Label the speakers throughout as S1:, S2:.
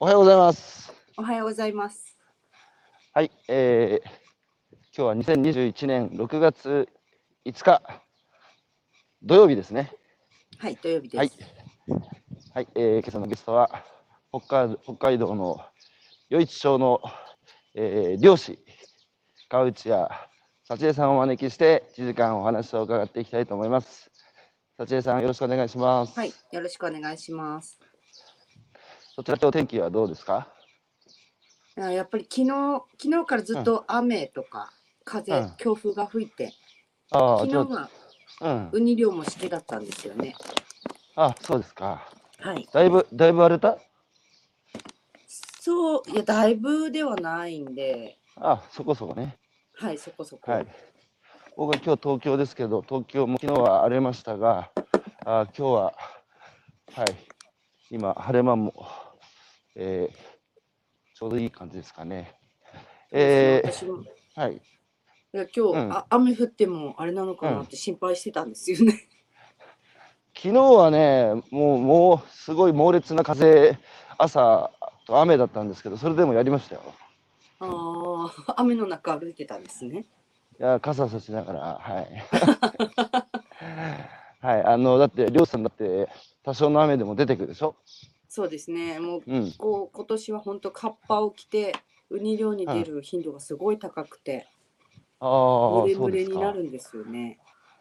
S1: おはようございます。
S2: おはようございます。
S1: はい、えー、今日は2021年6月5日土曜日ですね。
S2: はい、土曜日です。
S1: はい、はい、えー、今朝のゲストは北海北海道の余市町の、えー、漁師川内谷幸江さんをお招きして1時間お話を伺っていきたいと思います。幸江さんよろしくお願いします。
S2: はい、よろしくお願いします。
S1: そちらのお天気はどうですか？
S2: あやっぱり昨日、昨日からずっと雨とか風、
S1: うん
S2: 強風が吹いて、
S1: ああ、
S2: 昨日は
S1: じゃあうん、
S2: ウニ漁も式だったんですよね。
S1: あ、そうですか。
S2: はい。
S1: だいぶだいぶ荒れた？
S2: そう、いや、だいぶではないんで、
S1: あ、そこそこね。
S2: はい、そこそこ。
S1: はい。僕は今日東京ですけど、東京も昨日は荒れましたが、あ今日は、はい、今、晴れ間も、えーちょうどいい感じですかね。え
S2: 私もい
S1: ーはい、
S2: や今日、
S1: うん
S2: あ雨降ってもあれなのかなって心配してたんですよ ね。
S1: 昨日はね、もう、もう、すごい猛烈な風、朝と雨だったんですけど、それでもやりましたよ。
S2: ああ、雨の中歩いてたんですね。
S1: いや、傘差しながら、 はい。はい、あの、だって、漁師さんだって、多少の雨でも出てくるでしょ。
S2: そうですね。もう
S1: うん。
S2: こう今年は本当カッパを着てウニ漁に出る頻度がすごい高くて、
S1: ああ、
S2: 蒸れ
S1: そ
S2: 蒸
S1: うで
S2: れ
S1: す
S2: に
S1: か。
S2: なるんですよね。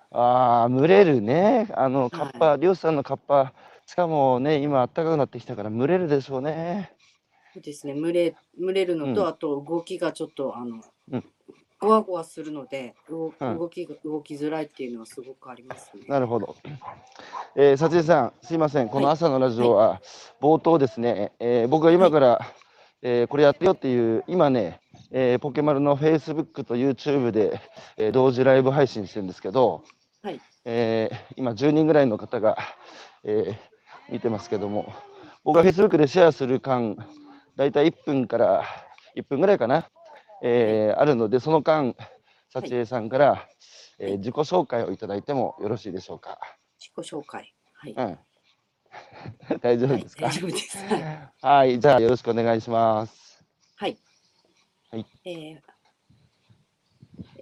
S1: ああ、蒸れるね。あの、カッパ、漁師さんのカッパ、しかもね、今、暖かくなってきたから、蒸れるでしょうね。
S2: そうですね。蒸れ蒸れるのと、
S1: うん
S2: あと動きがちょっとあの、
S1: うん
S2: ゴワゴワするので、動
S1: うん
S2: 動きが動きづらいっていうのはすごくありますね。
S1: なるほど。えー、幸江さん、すいません。この朝のラジオは、冒頭ですね、えー僕が今から、えーこれやってよっていう、今ね、えーポケマルの Facebook と YouTube で、えー同時ライブ配信してるんですけど、
S2: はい。
S1: えー今10人ぐらいの方が、えー見てますけども僕が Facebook でシェアする間だいたい1分から1分ぐらいかな、えーあるのでその間幸江さんから、えー自己紹介をいただいてもよろしいでしょうか、
S2: 自己紹介。はい。
S1: う
S2: はい
S1: ん、 大丈夫ですか
S2: 大丈夫です。はい
S1: はいじゃあよろしくお願いします
S2: はい。
S1: はい
S2: えー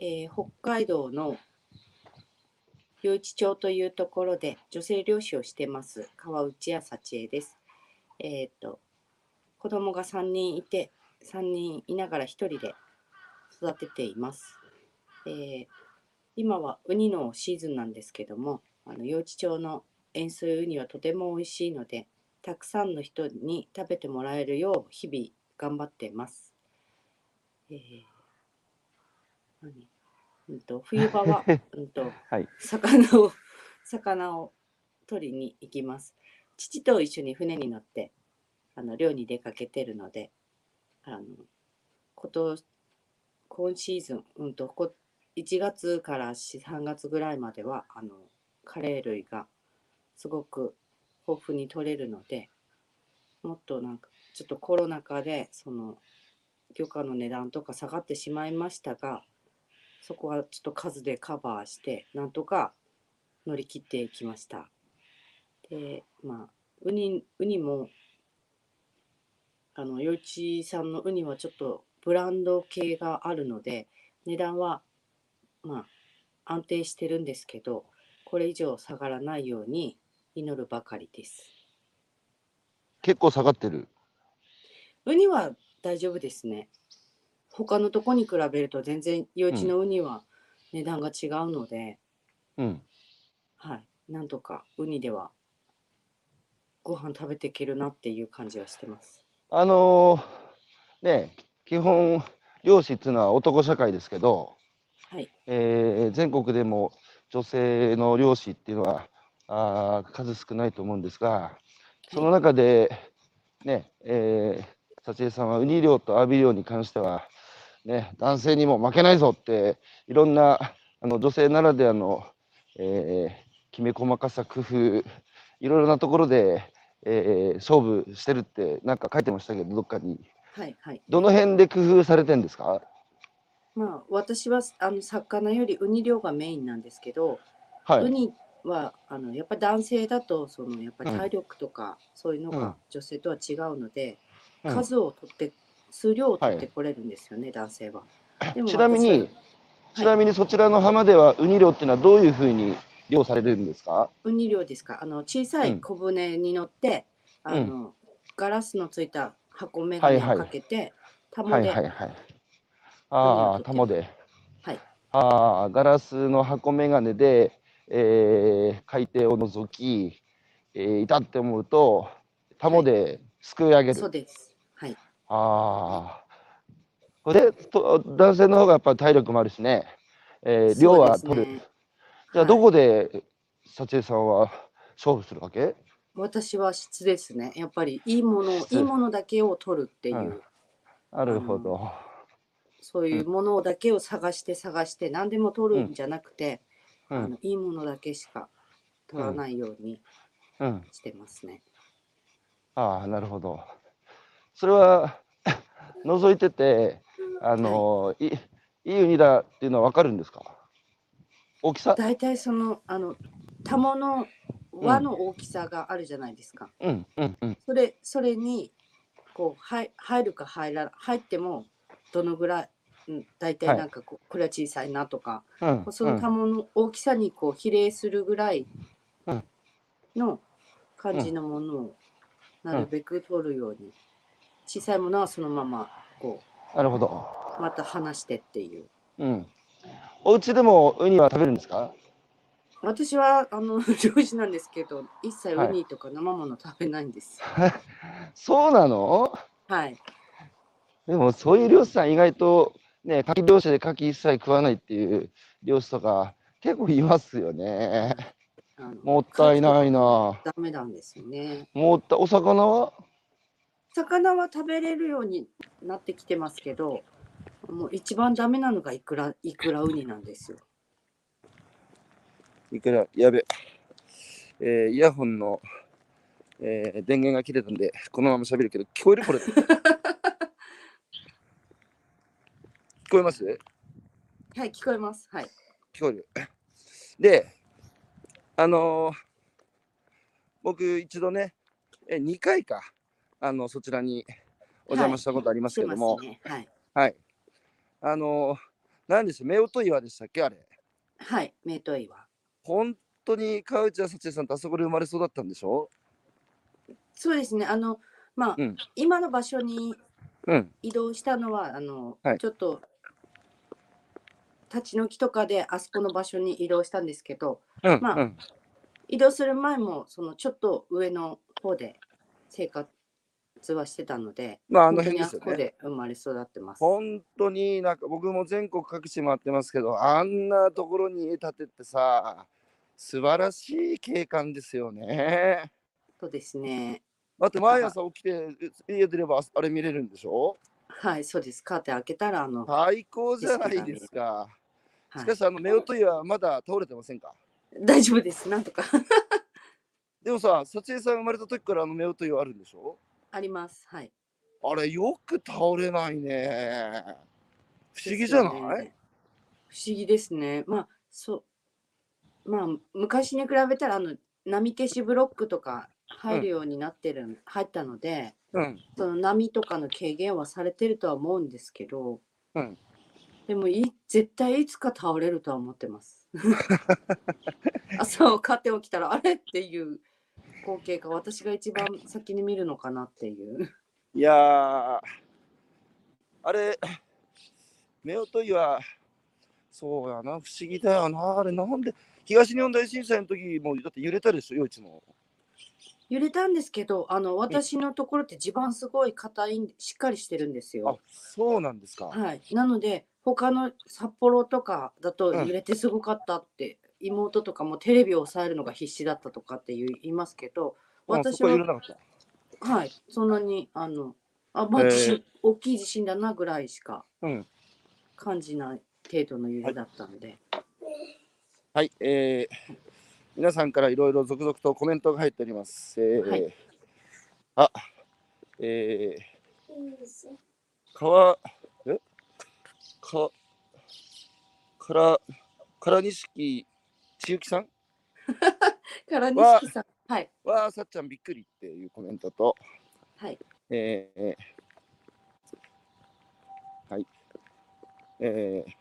S2: えー北海道の余市町というところで女性漁師をしてます川内谷幸恵です。えーっと子供が3人いて3人いながら1人で育てています。えー今はウニのシーズンなんですけどもあの余市町の塩水ウニはとても美味しいのでたくさんの人に食べてもらえるよう日々頑張ってます。えー何 うんと冬場は、うんと
S1: はい
S2: 魚を魚を取りに行きます。父と一緒に船に乗ってあの漁に出かけてるので、あのこと今シーズン、うんとこ1月から3月ぐらいまではあのカレー類がすごく豊富に取れるのでもっとなんかちょっとコロナ禍でその魚価の値段とか下がってしまいましたがそこはちょっと数でカバーしてなんとか乗り切っていきました。でまあウニウニもあの余一さんのウニはちょっとブランド系があるので値段はまあ安定してるんですけどこれ以上下がらないように祈るばかりです。
S1: 結構下がってる
S2: ウニは大丈夫ですね。他のとこに比べると全然幼稚のウニは値段が違うので、
S1: うん
S2: はい、なんとかウニではご飯食べていけるなっていう感じはしてます。
S1: あのーね基本漁師っていうのは男社会ですけど、
S2: はい、
S1: えー全国でも女性の漁師っていうのはあー数少ないと思うんですがその中で、ねえー、幸江さんはウニ漁とアワビ漁に関しては、ね、男性にも負けないぞっていろんなあの女性ならではの、えーきめ細かさ工夫いろいろなところで、えー勝負してるってなんか書いてましたけどどっかに
S2: はい、はい。
S1: どの辺で工夫されてんですか
S2: まあ私はあの魚よりウニ量がメインなんですけど、
S1: は
S2: ウ
S1: い、
S2: ニはあのやっぱ男性だとそのやっぱり体力とかそういうの
S1: うん
S2: が女性とは違うので、
S1: うん
S2: 数を取って、数量を取っ
S1: は
S2: て
S1: い
S2: これるんですよね、男性は。でも
S1: ちなみ
S2: 私
S1: に
S2: は、
S1: ちなみにそちらの浜ではウニ漁っていうのはどういうふうに漁されるんですか
S2: ウニ漁ですかあの小さい小舟に乗って、
S1: うん
S2: あのガラスのついた箱メガネを
S1: はいはい
S2: かけて、タモ
S1: は
S2: で、
S1: いはいはい。ああ、タモで。
S2: はい
S1: ああ、ガラスの箱眼鏡で、えー海底を覗き、えーいたって思うと、タモですくい上げる。
S2: そうです。はい、
S1: ああ。これでと男性の方がやっぱり体力もあるしね、えー量
S2: そうで
S1: は
S2: す
S1: 取る。
S2: ね
S1: じゃあ
S2: はい
S1: どこで幸江さんは勝負するわけ
S2: 私は質ですね。やっぱりいいものを、
S1: 質
S2: いいものだけを取るっていう、
S1: うんなるほど。
S2: そういうものだけを探して探して、何でも取るんじゃなくて、
S1: う
S2: あ
S1: ん
S2: のいいものだけしか取らないように
S1: うん。
S2: してますね。
S1: ああ、なるほど。それは 覗いてて、あのいいいウニだっていうのはわかるんですか大きさ
S2: 大体そのあのタモの輪の大きさがあるじゃないですか。
S1: うんうんうん。
S2: それそれにこうはい入るか入ら入ってもどのぐらい。うん大体なんかこう、これは小さいなとか
S1: うん
S2: その
S1: うん
S2: 玉の大きさにこう比例するぐらい
S1: うん
S2: の感じのものをなるべく取るように小さいものはそのままこ
S1: なるほど。
S2: うまた離してっていう
S1: うん。お家でもウニは食べるんですか
S2: 私はあの 漁師なんですけど一切
S1: はい
S2: ウニとか生もの食べないんです
S1: そうなの
S2: はい
S1: でもそういう漁師さん意外とね、牡蠣漁師で牡蠣一切食わないっていう漁師とか結構いますよね。
S2: あの
S1: もったいないな。
S2: ダメなんですよね
S1: もったお魚は
S2: 魚は食べれるようになってきてますけどもう一番ダメなのがイクライクラウニなんですよ
S1: いくら、やべ。えーイヤホンの、えー電源が切れたんで、このまま喋るけど、聞こえるこれ。 聞こえます
S2: はい聞こえますはい
S1: 聞こえる。で、あのー僕一度ね、え2回か、あの、そちらにお邪魔したことありますけども、
S2: 来てますねは
S1: は
S2: い
S1: い。あのー、何でしょう、夫婦岩でしたっけ、あれ。
S2: はい、メイトイは。
S1: 本当に川内幸恵さんとあそこで生まれ育ったんでしょ
S2: そうですね。あの、まあ、
S1: うん
S2: 今の場所に
S1: うん。
S2: 移動したのは、あの、
S1: はい
S2: ちょっと。立ち退きとかで、あそこの場所に移動したんですけど、
S1: うん
S2: まあ
S1: うん
S2: 移動する前も、そのちょっと上の方で。生活はしてたので。
S1: まああ
S2: あ
S1: の辺です
S2: そ
S1: よ
S2: こ
S1: ね。
S2: で生まれ育ってます。
S1: 本当になんか僕も全国各地回ってますけどあんなところに家建ててさ素晴らしい景観ですよね。
S2: そうですね。
S1: だって毎朝起きて家出ればあれ見れるんでしょ
S2: はい、そうです。カーテン開けたら、あの、は
S1: 最高じゃないですか。しか
S2: い。
S1: しあの夫婦岩はまだ倒れてませんか
S2: 大丈夫です。なんとか
S1: でもさ幸恵さん生まれた時からあの夫婦岩あるんでしょ
S2: あります。はい。
S1: あれよく倒れないね。不思議じゃ
S2: です
S1: な
S2: よ
S1: い、
S2: ね不思議ですね。まあそうまあ昔に比べたらあの波消しブロックとか入るようになってる、入ったので
S1: うん
S2: その波とかの軽減はされてるとは思うんですけど、
S1: うん
S2: でもい絶対いつか倒れるとは思って ます。朝勝手起きたらあれっていう光景が私が一番先に見るのかなっていう。
S1: いやー、あれ、夫婦岩、そうやな、不思議だよな、あれ、なんで、東日本大震災の時も、だって揺れたでしょ、余市も。
S2: 揺れたんですけどあの私のところって地盤すごい硬いんしっかりしてるんです
S1: あ
S2: よ。、
S1: そうなんですか。
S2: はい、なので他の札幌とかだと
S1: うん
S2: 揺れてすごかったって、妹とかもテレビを抑えるのが必死だったとかって言いますけど
S1: うん
S2: 私
S1: そこは揺れ
S2: は
S1: なかった。
S2: はいそんなにあのあまあ
S1: えー
S2: 地震、大きい地震だなぐらいしか
S1: うん。
S2: 感じない程度の揺れだったんで、
S1: はい、えー、皆さんからいろいろ続々とコメントが入っております。えー
S2: はい
S1: あ、えー、川、えか、から、からにしきちゆきさん
S2: から錦さんはい
S1: わあ、さっちゃんびっくりっていうコメントと、
S2: はい
S1: えーえー、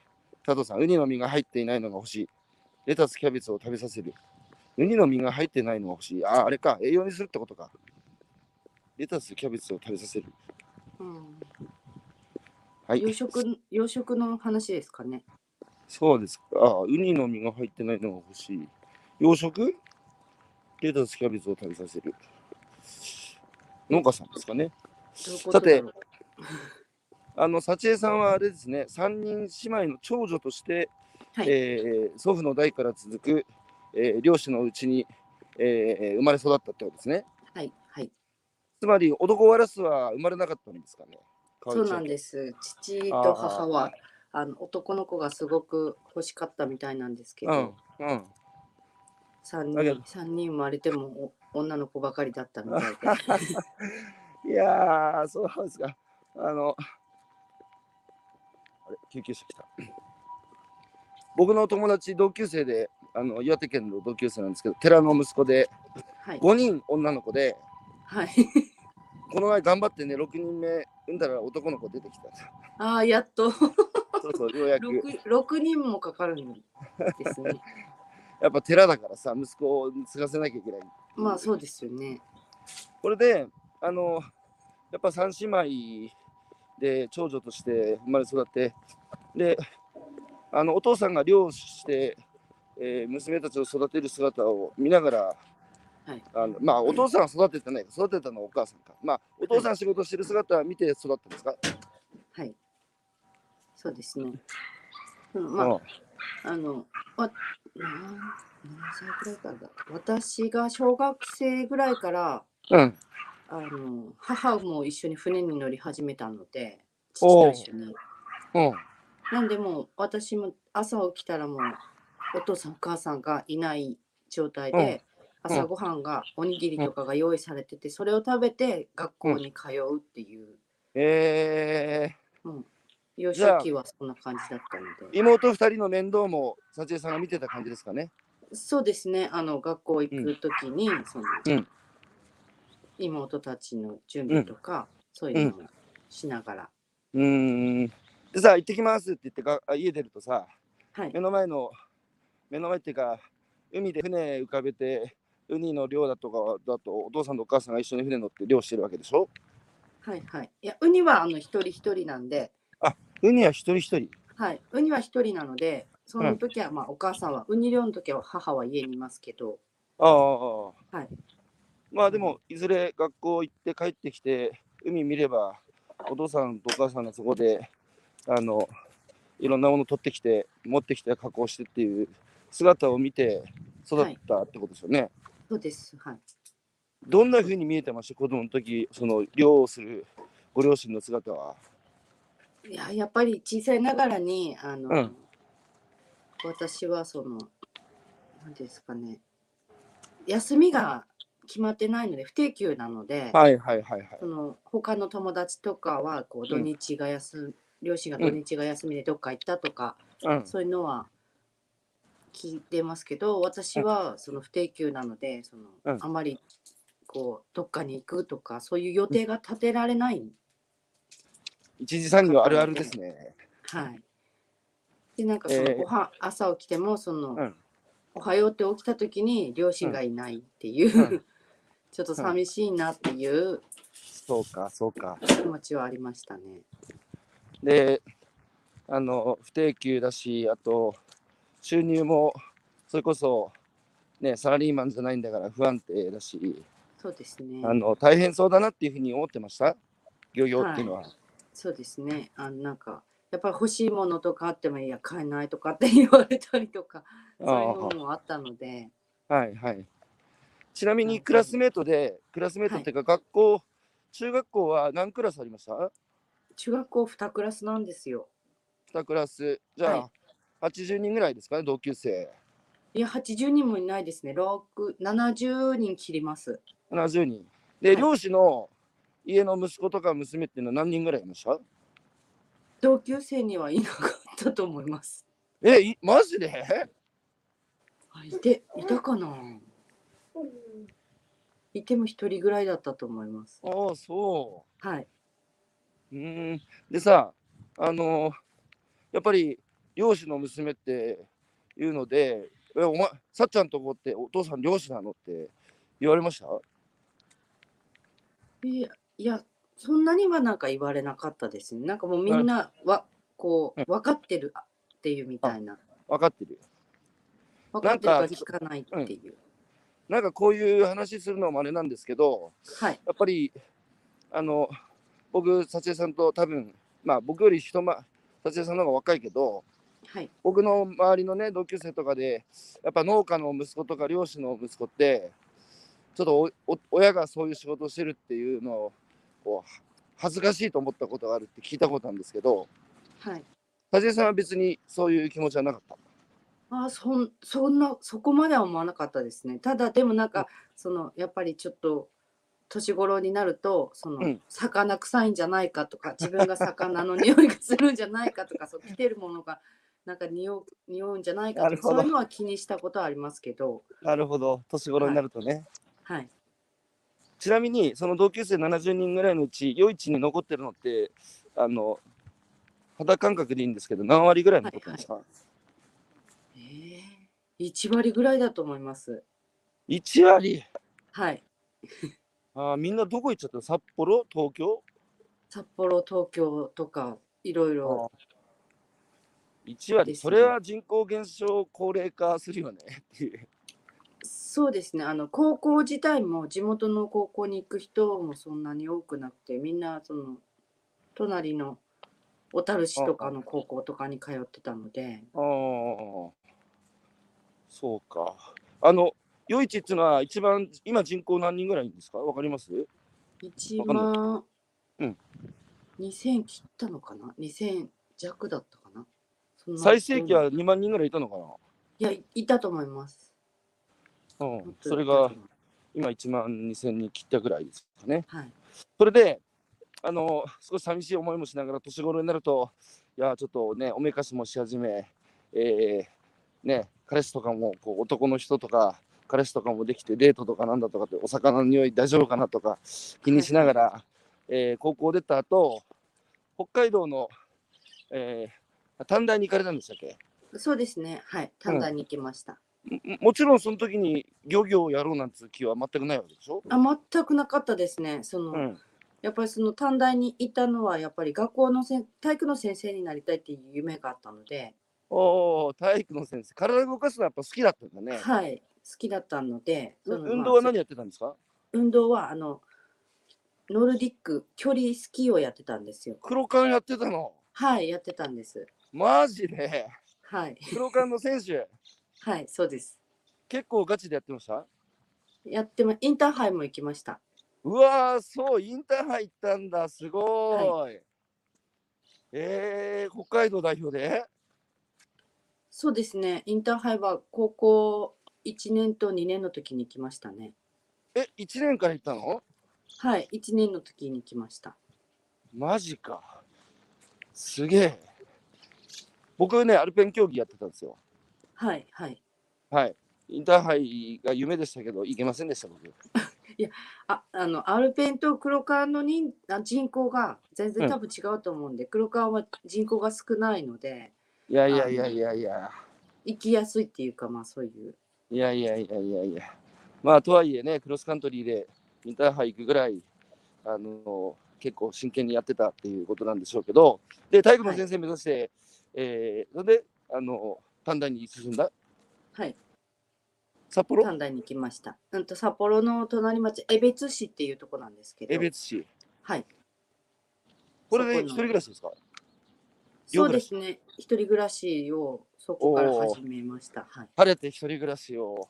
S1: 佐藤さん、ウニの身が入っていないのが欲しい。レタス、キャベツを食べさせる。ウニの身が入ってないのが欲しい。あー、あれか。栄養にするってことか。レタス、キャベツを食べさせる。
S2: うん
S1: はい。
S2: 養殖養殖の話ですかね。
S1: そうですか。あーウニの身が入ってないのが欲しい。養殖レタス、キャベツを食べさせる。農家さんですかね。
S2: どういうことだろう
S1: あの、幸江さんはあれですね、3人姉妹の長女として、
S2: はい
S1: えー祖父の代から続く、えー漁師のうちに、えー生まれ育ったってことですね。
S2: はいはい。
S1: つまり、男ワラスは生まれなかったんですかね。
S2: そうなん
S1: す。
S2: です。父と母はあの男の子がすごく欲しかったみたいなんですけ
S1: う
S2: ど
S1: ん、、うん。
S2: 三
S1: だけ
S2: 人
S1: ど
S2: 三人生まれてもお女の子ばかりだったみたいで。
S1: いやー、そうなんですか。あの、あれ、救急車来た。僕の友達、同級生で、あの岩手県の同級生なんですけど、寺の息子で、
S2: はい
S1: 5人女の子で、
S2: はい。
S1: この前頑張ってね、6人目産んだら男の子出てきた。
S2: ああやっと
S1: そうそう、ようやく。
S2: 六六人もかかるんですね。
S1: やっぱ寺だからさ、息子を継がせなきゃいけない。
S2: まあそうですよね。
S1: これで、あの、やっぱ三姉妹で長女として生まれ育って、で、あの、お父さんが漁師して、えー娘たちを育てる姿を見ながら、
S2: はい
S1: あのまあお父さんは育ててない育てたのはお母さんかまあお父さんが仕事してる姿を見て育ったんですか、
S2: はい。そうですね。うん、まあ
S1: うん
S2: あの、わ、なん、何歳くらいからだ。私が小学生ぐらいから、
S1: うん
S2: あの、母も一緒に船に乗り始めたので。父
S1: お
S2: と
S1: う
S2: 一緒に。
S1: うん
S2: なんでもう、私も朝起きたらもう、お父さん、お母さんがいない状態で。
S1: うん
S2: 朝ごはんがおにぎりとかが用意されてて、それを食べて学校に通うっていう
S1: え
S2: 幼
S1: じゃあ
S2: 少期はそんな感じだったの
S1: ー、
S2: で
S1: 妹二人の面倒も幸江さんが見てた感じですかね
S2: そうですねあの学校行く時に、その
S1: うん
S2: 妹たちの準備とか、そういうのをしながら、
S1: うーん。でさ、行ってきますって言ってがあ家出るとさ、
S2: はい
S1: 目の前の、目の前っていうか、海で船浮かべて、ウニの漁だとかだと、お父さんとお母さんが一緒に船乗って漁してるわけでしょ
S2: はいはいいやウニはあの一人一人なんで、
S1: ウニは一人一人。
S2: はい、ウニは一人なのでその時はまあお母さんは、ウニ漁の時は母は家にいますけど
S1: ああ。
S2: はい。
S1: まあでも、いずれ学校行って帰ってきて、海見れば、お父さんとお母さんがそこで、あの、いろんなもの取ってきて、持ってきて加工してっていう姿を見て育ったってことですよね。
S2: そうですはい
S1: どんな風に見えてました子供の時その漁をするご両親の姿は。
S2: いややっぱり小さいながらにあの、
S1: うん
S2: 私はその何ですかね休みが決まってないので不定休なので、
S1: はいはいはいはい。
S2: その他の友達とかはこう土
S1: うん
S2: 日が休、両親が土日が休みでどっか行ったとか、
S1: うん、
S2: そういうのは聞いてますけど私はその不定休なのでその、
S1: うん
S2: あまりこうどっかに行くとかそういう予定が立てられない、
S1: 一時産業あるあるですね。
S2: はい。でなんかその
S1: えー
S2: ごは、朝起きてもその、
S1: うん
S2: おはようって起きた時に両親がいないっていう、
S1: う
S2: ちょっと寂しいなっていう
S1: そうかそうか。
S2: 気持ちはありましたね。
S1: であの不定休だしあと収入もそれこそねサラリーマンじゃないんだから不安定だし
S2: そうですね。
S1: あの大変そうだなっていうふうに思ってました漁業っていうのは。
S2: そうですね。あのなんかやっぱり欲しいものとかあってもいや買えないとかって言われたりとか
S1: あ
S2: そ
S1: ー
S2: ういうのもあったので、
S1: はいはい。ちなみ
S2: な
S1: に
S2: るほど
S1: クラスメートで、クラスメートっていうか学校、中学校は何クラスありました
S2: 中学校2クラスなんですよ。
S1: ?2 クラス。じゃあ、
S2: は
S1: 80人ぐらいですかね、同級生。
S2: いや80人もいないですね。六70人切ります。
S1: 70人。で、
S2: はい
S1: 漁師の家の息子とか娘っていうのは何人ぐらいいました
S2: 同級生にはいなかったと思います。
S1: え、いマジで
S2: あいていたかな。いても一人ぐらいだったと思います。
S1: ああ、そ
S2: はい。
S1: う。うーん。でさ、あのやっぱり漁師の娘っていうので「えお前さっちゃんとこってお父さん漁師なの?」って言われました
S2: いやいやそんなにはなんか言われなかったですねなんかもうみんなわこう分かってるっていうみたいな
S1: 分かってる
S2: 分かってるから聞かないっていう、
S1: なんかこういう話するのもあれなんですけど
S2: はい
S1: やっぱりあの僕幸恵さんと多分まあ僕より人ま幸恵さんの方が若いけど
S2: はい
S1: 僕の周りのね同級生とかでやっぱ農家の息子とか漁師の息子ってちょっとおお親がそういう仕事をしてるっていうのをこう恥ずかしいと思ったことがあるって聞いたことなんですけど
S2: はい
S1: 幸恵さんは別にそういう気持ちはなかった。
S2: あーそんそんなそこまでは思わなかったですねただでもなんか、そのやっぱりちょっと年頃になるとその、
S1: うん
S2: 魚臭いんじゃないかとか自分が魚の匂いがするんじゃないかとかそう着てるものがなんか匂う匂うんじゃないか
S1: な
S2: と
S1: る
S2: か
S1: ほど
S2: そういうのは気にしたことはありますけど
S1: なるほど年
S2: 頃にな
S1: るとね、
S2: はい
S1: ちなみにその同級生70人ぐらいのうち夜市に残ってるのってあの肌感覚でいいんですけど何割ぐらい残ってますか、
S2: えー、1割ぐらいだと思います
S1: 1割
S2: はい
S1: あーみんなどこ行っちゃったの札幌東京
S2: 札幌東京とかいろいろ
S1: 1割、
S2: ですね
S1: それは人口減少高齢化するよねっていう
S2: そうですねあの高校自体も地元の高校に行く人もそんなに多くなくてみんなその隣の小樽市とかの高校とかに通ってたので
S1: あーそうかあの夜市っていうのは一番今人口何人ぐらいいるんですかわかります
S2: 1万
S1: うん
S2: 2000切ったのかな2000弱だったかなそんな
S1: 最盛期は2万人ぐらいいたのか
S2: いやいいたと思います
S1: な、う
S2: もっ
S1: ん、
S2: と
S1: それ
S2: いた
S1: が
S2: と思います
S1: 今1万2000人切ったぐらいですかね
S2: はい
S1: それで、あの少し寂しい思いもしながら、年頃になると、いや、ちょっとね、おめかしもし始め、えーね、彼氏とかもこう男の人とか、彼氏とかもできて、デートとかなんだとかって、お魚の匂い大丈夫かなとか気にしながら、えー高校出た後北海道の、えー短大に行かれたんでしたっけ
S2: そうですねはい短大に行きました、
S1: ももちろんその時に漁業をやろうなんて気は全くないわけでしょ、
S2: あ全くなかったですねその、
S1: うん、
S2: やっぱりその短大にいたのはやっぱり学校のせん体育の先生になりたいっていう夢があったので、
S1: おー体育の先生体動かすのはやっぱ好きだったんだね。
S2: はい好きだったので、その
S1: 運動は
S2: まあ
S1: 何やってたんですか
S2: 運動はあのノルディック距離スキーをやってたんですよ
S1: 黒缶やってたの
S2: はいやってたんです
S1: マジで
S2: はい
S1: 黒缶の選手
S2: はいそうです
S1: 結構ガチでやってました
S2: やってまインターハイも行きました
S1: うわーそうインターハイ行ったんだすごーい、えー、北海道代表で
S2: そうですねインターハイは高校1年と2年の時に行きましたね
S1: え1年から行ったの
S2: はい1年の時に行きました
S1: マジかすげえ僕ねアルペン競技やってたんですよ
S2: はいはい
S1: はいインターハイが夢でしたけど行けませんでした僕
S2: ああのアルペンと黒川の人あ人口が全
S1: う
S2: 然
S1: ん
S2: 多分違うと思うんで、黒川は人口が少ないので
S1: いやいやいやいやいや
S2: 行きやすいっていうかまあそういう
S1: いやいやいやいやいや。まあとはいえね、クロスカントリーでインターハイ行くぐらい、あの結構真剣にやってたっていうことなんでしょうけど、で、体育の先生目指して、えーそれで、あの短大に進んだ
S2: はい
S1: 札幌
S2: 短大に行きましたうんと札幌の隣町江別市っていうとこなんですけど
S1: 江別市。
S2: はい
S1: これで
S2: そこの
S1: 一人暮らしですか
S2: そうですね一人暮らしをそこから始めましたはい
S1: 晴れて一人暮らしを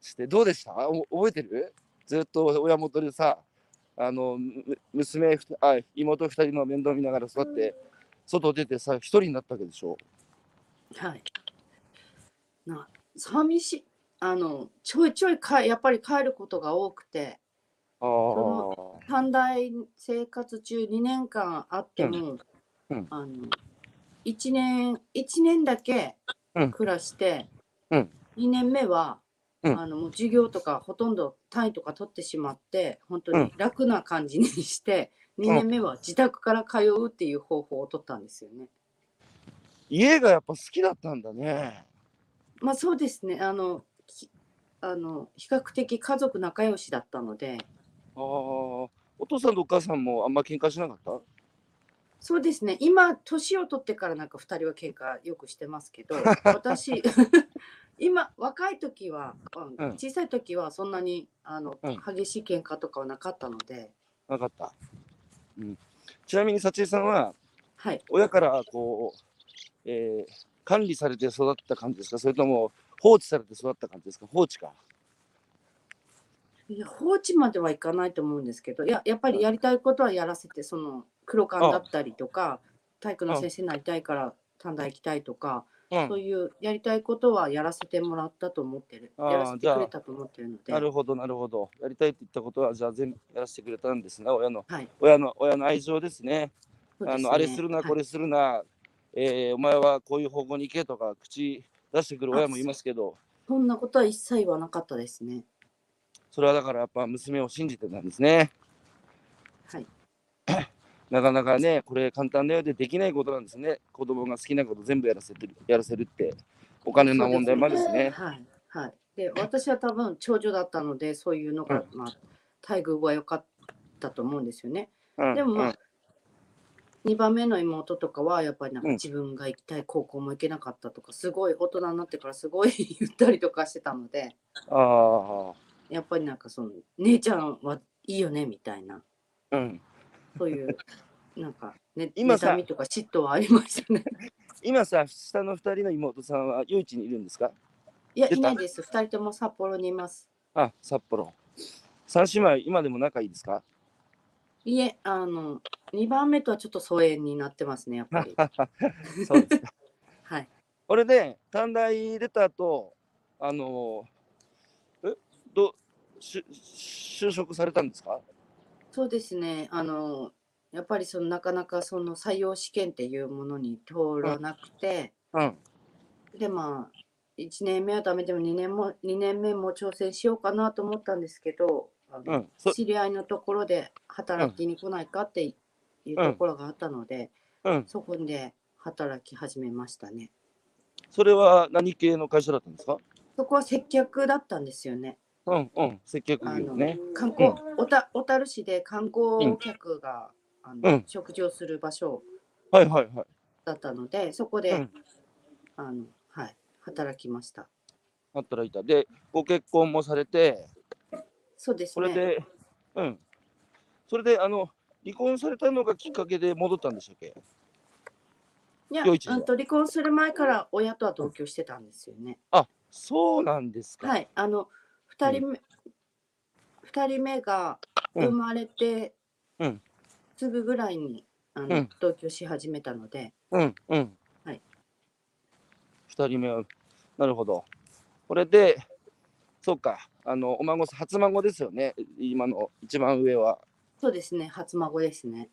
S1: して、どうでしたお覚えてるずっと親元でさ、あのむ娘ふたあ妹二人の面倒見ながら育って、外出てさ、一人になったわけでしょ。
S2: はいな寂しいあのちょいちょいかやっぱり帰ることが多くて
S1: あ
S2: の
S1: あ、
S2: 短大生活中2年間あっても、
S1: うんうん
S2: あの1年一年だけ
S1: うん
S2: 暮らして、
S1: うん
S2: 2年目は、
S1: うん
S2: あのもう授業とかほとんど単位とか取ってしまって本当
S1: う
S2: に
S1: ん
S2: 楽な感じにして、 2年目は自宅から通うっていう方法を取ったんですよね。
S1: 家がやっぱ好きだったんだね。
S2: まあそうですねあのきあの比較的家族仲良しだったので
S1: ああ、お父さんとお母さんもあんま喧嘩しなかった
S2: そうですね今年を取ってからなんか2人は喧嘩よくしてますけ ど私 今若い時は、うん
S1: うん
S2: 小さい時はそんなにあの、
S1: うん
S2: 激しい喧嘩とかはなかったので
S1: なかった。うん、ちなみに幸江さんは
S2: はい
S1: 親からこう、えー管理されて育った感じですかそれとも放置されて育った感じですか放置か。
S2: いや放置まではいかないと思うんですけどいややっぱりやりたいことはやらせてその黒缶だったりとか体育の先生になりたいから短大行きたいとか。
S1: う、
S2: そうんいうやりたいことはやらせてもらったと思ってる。
S1: あー
S2: やらせてくれたと思ってるので。
S1: なるほどなるほど。やりたいって言ったことはじゃあ全部やらせてくれたんですね親の
S2: はい。
S1: 親の親の愛情ですね。
S2: そうで
S1: あ
S2: すね
S1: のあれするな、これするな、えーお前はこういう方向に行けとか、口出してくる親もいますけど、
S2: そんなことは一切言わなかったですね。
S1: それはだからやっぱ娘を信じてたんですね。
S2: はい。
S1: なかなかね、これ簡単だよでできないことなんですね。子供が好きなこと全部やらせてるやらせるって、お金の問題もあるしね。
S2: はい。はい。で、私は多分長女だったので、そういうのが、まあ、待遇は良かったと思うんですよね。
S1: うん
S2: でもま
S1: う
S2: あ
S1: ん、
S2: 2番目の妹とかはやっぱりなんか
S1: うん
S2: 自分が行きたい高校も行けなかったとか、すごい大人になってからすごい言ったりとかしてたので
S1: あ
S2: やっぱりなんかその姉ちゃんはいいよねみたいな
S1: あ、うん。
S2: そういう、なんか、ね、
S1: 今
S2: 今
S1: さ
S2: さ、みとか嫉妬はありましたね。
S1: 今さ、下の2人の妹さんは、夜市にいるんですか
S2: いや、
S1: 出
S2: い
S1: た
S2: ないです。二人とも札幌にいます。
S1: あ、札幌。三姉妹、今でも仲いいですか
S2: いえ、あの、二番目とはちょっと疎遠になってますね、やっぱ り。
S1: そう です
S2: はい。
S1: これで短大出た後あのえどし就職されたんですか
S2: そうですね。あの、やっぱりそのなかなかその採用試験っていうものに通らなくて、
S1: うん
S2: で、まあ、1年目はダメでも2年も2年目も挑戦しようかなと思ったんですけど、あの
S1: うんそ
S2: 知り合いのところで働きに来ないかっていうところがあったので、
S1: うん
S2: そこで働き始めましたね。
S1: それは何系の会社だったんですか
S2: そこは接客だったんですよね。
S1: うんうん接客
S2: あ
S1: 業
S2: の、
S1: ね
S2: 観光、小た小樽市で観光客が、あの
S1: うん
S2: 食事をする場所
S1: はいはいはい
S2: だったので、そこで、
S1: うん
S2: あのはい働きました。
S1: 働いたでご結婚もされて
S2: そうです
S1: それ
S2: ね。
S1: で、うんそれであの離婚されたのがきっかけで戻ったんでしたっけ
S2: いや、
S1: 良い地
S2: う
S1: は
S2: んと離婚する前から親とは同居してたんですよね。
S1: そうなんですか、、
S2: はいい、あの二人目、二人目が
S1: うん
S2: 生まれて、
S1: うん
S2: すぐぐらいにあの、
S1: うん
S2: 同居し始めたので、
S1: うんうん
S2: はい
S1: 2人目はなるほどこれでそうかあのお孫さん初孫ですよね今の一番上は
S2: そうですね、初孫ですね。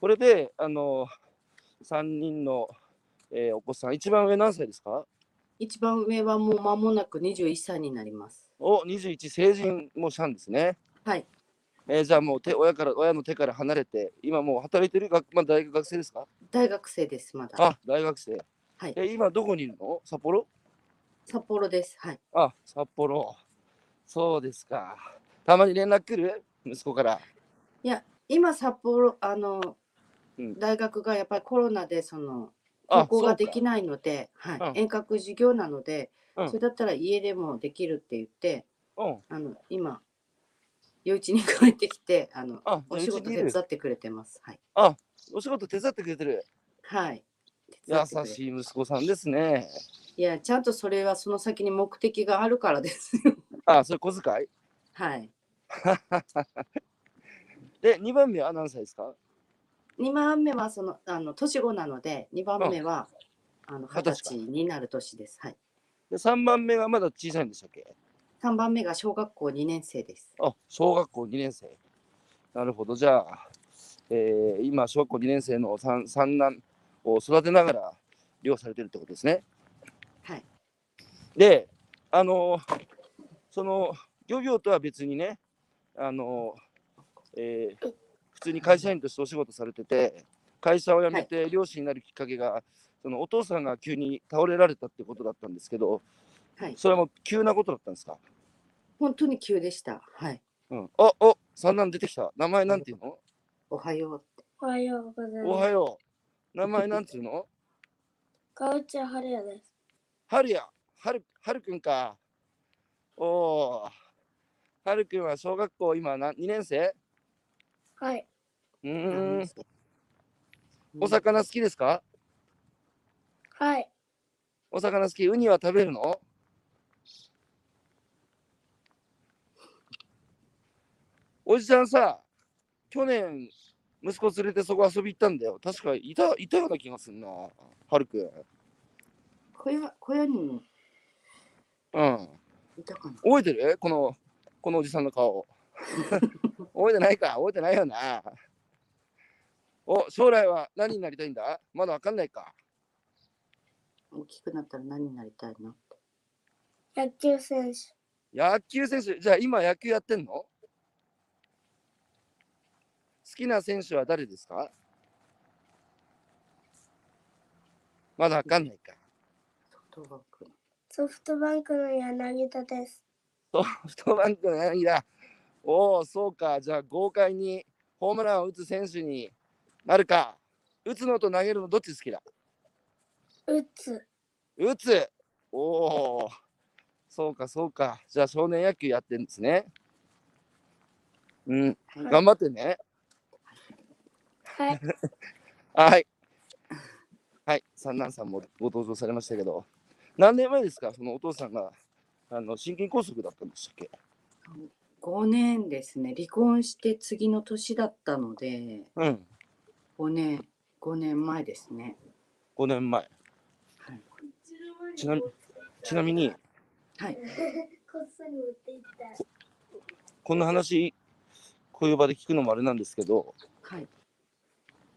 S1: これであの3人の、えーお子さん一番上何歳ですか
S2: 一番上はもう間もなく21歳になります。
S1: お21成人もしたんですね、
S2: はい、
S1: えーじゃあもう手親から親の手から離れて今もう働いてる学、まあ、大学学生ですか
S2: 大学生です、まだ。
S1: あ大学生、
S2: はい
S1: えー今どこにいるの札幌
S2: 札幌です。はい。
S1: あ、札幌。そうですか。たまに連絡来る息子から。
S2: いや、今札幌、あの、
S1: うん
S2: 大学がやっぱりコロナでその
S1: あ
S2: 旅行がで
S1: そう
S2: きないので、はい、
S1: うん
S2: 遠隔授業なので、
S1: うん
S2: それだったら家でもできるって言って、
S1: かうん。
S2: あの今、余一に帰ってきて、あの
S1: あ、
S2: お仕事
S1: うちにい
S2: 手
S1: る
S2: 伝ってくれてます。はい。
S1: お仕事手伝ってくれてる。
S2: はい。
S1: 優
S2: い。
S1: しい息子さんですね。
S2: いや、ちゃんとそれはその先に目的があるからです よ。
S1: あ、それ小遣い
S2: はい。
S1: で、2番目は何歳ですか
S2: 2番目はその、あの年子なので、2番目は、あの
S1: 二十
S2: 二十
S1: 歳か
S2: 歳になる年です。はい。
S1: で、3番目がまだ小さいんでしたっけ
S2: 3番目が小学校2年生です。
S1: あ、小学校2年生。なるほど。じゃあ、えー今、小学校2年生の三三男を育てながら、漁されてるってことですね。
S2: はい。
S1: で、あのその漁業とは別にね、あのえー通に会社員としてお仕事されてて会社を辞めて漁師になるきっかけが、そのお父さんが急に倒れられたってことだったんですけど
S2: はい、
S1: それも急なことだったんですか、
S2: 本当に急でした。はい、
S1: うん、あお三男出てきた名前なんていうの
S2: おはよう。
S3: おはようござい
S1: お
S3: ま
S1: は
S3: す。
S1: よう名前なんていうの
S3: 川内晴也です。
S1: はるやはるはるくんかおおはるくんは小学校今な2年生
S3: はい。
S1: う
S2: あ
S1: ー
S2: の
S1: んお魚好きですか
S3: はい。
S1: お魚好きウニは食べるのおじさんさ去年息子連れてそこ遊び行ったんだよ確かいたいたような気がするなはるくん
S2: 小屋小屋にも
S1: うん
S2: いたかな。
S1: 覚えてるこのこのおじさんの顔覚えてないか覚えてないよなお将来は何になりたいんだまだわかんないか
S2: 大きくなったら何になりたいの？
S3: 野球選手。
S1: 野球選手じゃあ今野球やってんの好きな選手は誰ですかまだわかんないか
S2: ソフトバンク。
S3: ソフトバンクの柳田です。
S1: ソフトバンクの柳田おおそうかじゃあ豪快にホームランを打つ選手になるか打つのと投げるのどっち好きだ
S3: 打つ。
S1: 打つおおそうかそうかじゃあ少年野球やってるんですねうん
S2: はい
S1: 頑張ってね
S3: はい。
S1: はいはい三男さんもご登場されましたけど何年前ですかそのお父さんがあの心筋梗塞だったんでしたっけ
S2: 5年ですね離婚して次の年だったので
S1: うん
S2: 5年5年前ですね
S1: 5年前
S2: はい、
S1: ちなみちなみに
S2: はい、
S3: こっそり持っていった。
S1: こんな話こういう場で聞くのもあれなんですけど
S2: はい、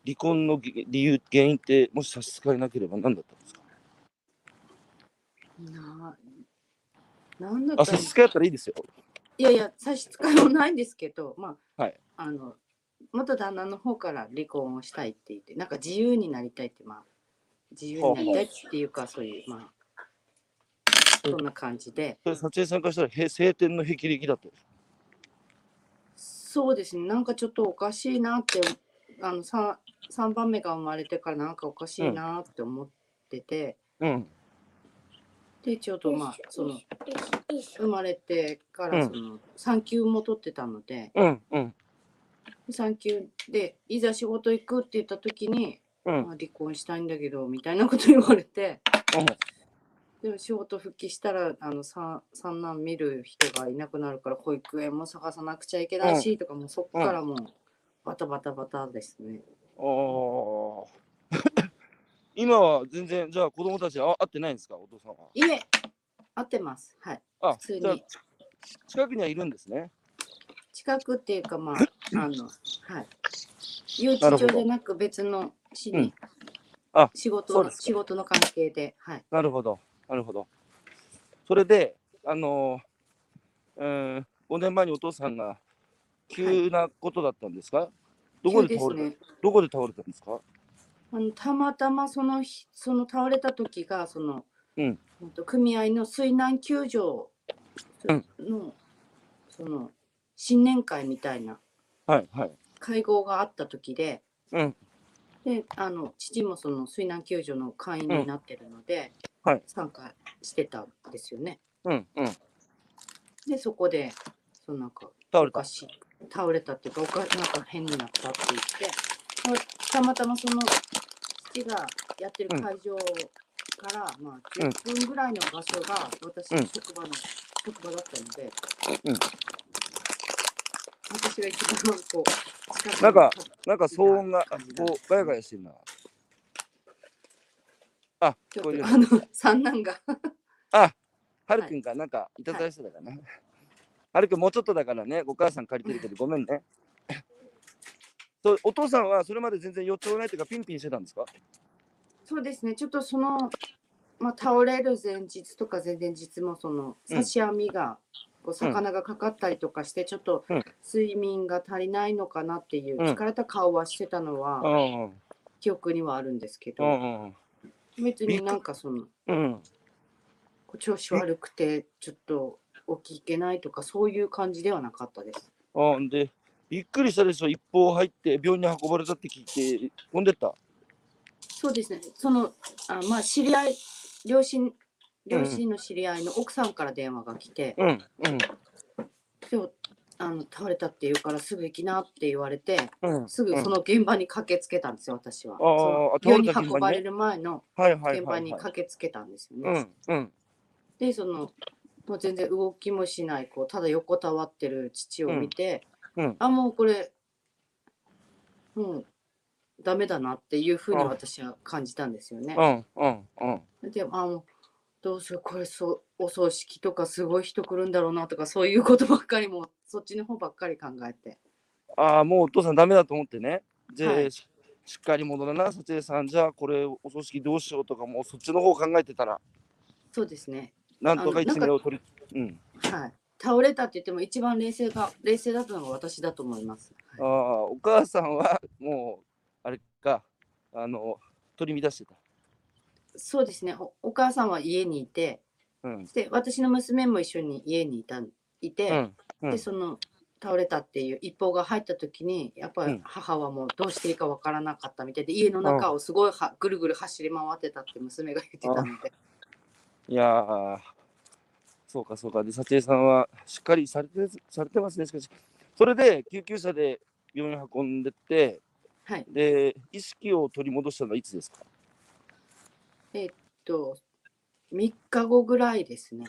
S1: 離婚のぎ理由原因ってもし差し支えなければ何だったんですか
S2: ななんだ
S1: あ
S2: った
S1: 差
S2: ら
S1: し支えあったらいいですよ
S2: いやいや差し支えもないんですけどまあ,、
S1: はい
S2: あの元旦那の方から離婚をしたいって言ってなんか自由になりたいってまあ自由になりたいっていうかそういうまあそんな感じで
S1: それ撮影さんからしたらへ晴天の霹靂だと
S2: そうですね、なんかちょっとおかしいなって、あの 3, 三番目が生まれてからなんかおかしいなって思ってて、
S1: うん
S2: で、ちょうどまあ、その
S3: いいっす
S2: 生まれてから
S1: うん
S2: その産休も取ってたので、
S1: うんうん
S2: 産休でいざ仕事行くって言った時に、
S1: うん
S2: まあ離婚したいんだけどみたいなこと言われて、 でも仕事復帰したらあの三三男見る人がいなくなるから保育園も探さなくちゃいけないし、とかもうそこからもうバタバタバタですね。
S1: お 今は全然じゃあ子供たちあ会ってないんですかお父さんはい
S2: え、合ってます。はい。
S1: あ
S2: 普通に
S1: じゃあち近くにはいるんですね
S2: 近くっていうか、まあ、あの、はい。誘
S1: なるほど
S2: 致町じゃなく別の市
S1: う
S2: に
S1: ん、あ
S2: 仕事
S1: そう
S2: の、
S1: ですか
S2: 仕事の関係で、はい。
S1: なるほどなるほどそれであのー、うーん5年前にお父さんが急なことだったんですか、どこで
S2: 急で
S1: 倒
S2: す
S1: れた
S2: ね。
S1: どこで倒れたんですか
S2: あのたまたまその日、その倒れた時が、その、
S1: うん
S2: ほんと組合の水難救助の、その、新年会みたいな
S1: はいはい
S2: 会合があった時で、
S1: うん
S2: であの父もその水難救助の会員になってるので、
S1: うんはい
S2: 参加してたんですよね。
S1: うんうん
S2: でそこでそのなんか
S1: 倒
S2: お
S1: れた
S2: かしい倒れたっていうかおかなんか変になったって言ってもうたまたまその父がやってる会場から、まあ、
S1: うん
S2: 10分ぐらいの場所が私
S1: う
S2: の
S1: ん
S2: 職場の、職場だったので、
S1: うん
S2: 私が一番こう近くに
S1: なんかなんか騒音があこうガヤガヤしてるなあ
S2: ち
S1: 聞
S2: ょ
S1: こ
S2: っ
S1: える
S2: とあの三男が
S1: あ、はるくんか、なんかいただいてたからね。はるくん、もうちょっとだからね、お母さん借りてるけど、ごめんね。 そうお父さんはそれまで全然予兆ないというか、ピンピンしてたんですか
S2: そうですね、ちょっとその、まあ、倒れる前日とか前々日もその
S1: うん
S2: 差し網がこう魚がかかったりとかして、ちょっと
S1: うん
S2: 睡眠が足りないのかなっていう、
S1: うん
S2: 疲れた顔はしてたのは、
S1: うん
S2: 記憶にはあるんですけ
S1: う
S2: ど、
S1: ん
S2: 別になんかその、
S1: うん
S2: こう調子悪くて、ちょっと起きいけないとか、そういう感じではなかったです。
S1: うんでびっくりしたでしょ一報入って病院に運ばれたって聞いて飛んでった
S2: そうですね。そのあまあ知り合い両親両親の知り合いの奥さんから電話が来て、
S1: うんうん
S2: 今日あの倒れたって言うからすぐ行きなって言われて、
S1: うん
S2: すぐその現場に駆けつけたんですよ私
S1: あ
S2: は。
S1: ー
S2: その
S1: あ
S2: 病院
S1: 倒れた
S2: に
S1: 現場にね
S2: 運ばれる前の
S1: はいはい
S2: 現
S1: は
S2: 場
S1: い
S2: に
S1: はい
S2: 駆けつけたんですよね。
S1: うんうん
S2: でそのもう全然動きもしないこうただ横たわってる父を見て、
S1: うんうん
S2: あもうこれもうダメだなっていうふうに私は感じたんですよね。
S1: うんうんうん
S2: でもあもうどうしようこれそうお葬式とかすごい人来るんだろうなとかそういうことばっかりもうそっちの方ばっかり考えて
S1: ああ、もうお父さんダメだと思ってね。で、
S2: はい
S1: ししっかり戻らな、撮影さん。じゃあ、これ、お葬式どうしようとか、もうそっちの方考えてたら、
S2: そうですね
S1: なんとか一
S2: あのなんか
S1: 命を取り。うん。
S2: はい倒れたって言っても一番冷静が冷静だったのが私だと思います、
S1: ああ、
S2: はい
S1: お母さんは、もう、あれか、あの、取り乱してた。
S2: そうですねおお母さんは家にいて
S1: うん。
S2: で私の娘も一緒に家にいたいうて、
S1: ん。うん
S2: でその倒れたっていう一報が入った時にやっぱ
S1: う
S2: り
S1: ん
S2: 母はもうどうしていいかわからなかったみたいで家の中をすごいはぐるぐる走り回ってたって娘が言ってたので
S1: いやー、そうか、そうか。で、撮影さんは、しっかりされて、されてますね。しかし、それで、救急車で病院に運んでって、
S2: はい
S1: で、意識を取り戻したのはいつですか
S2: えっと3日後ぐらいですね。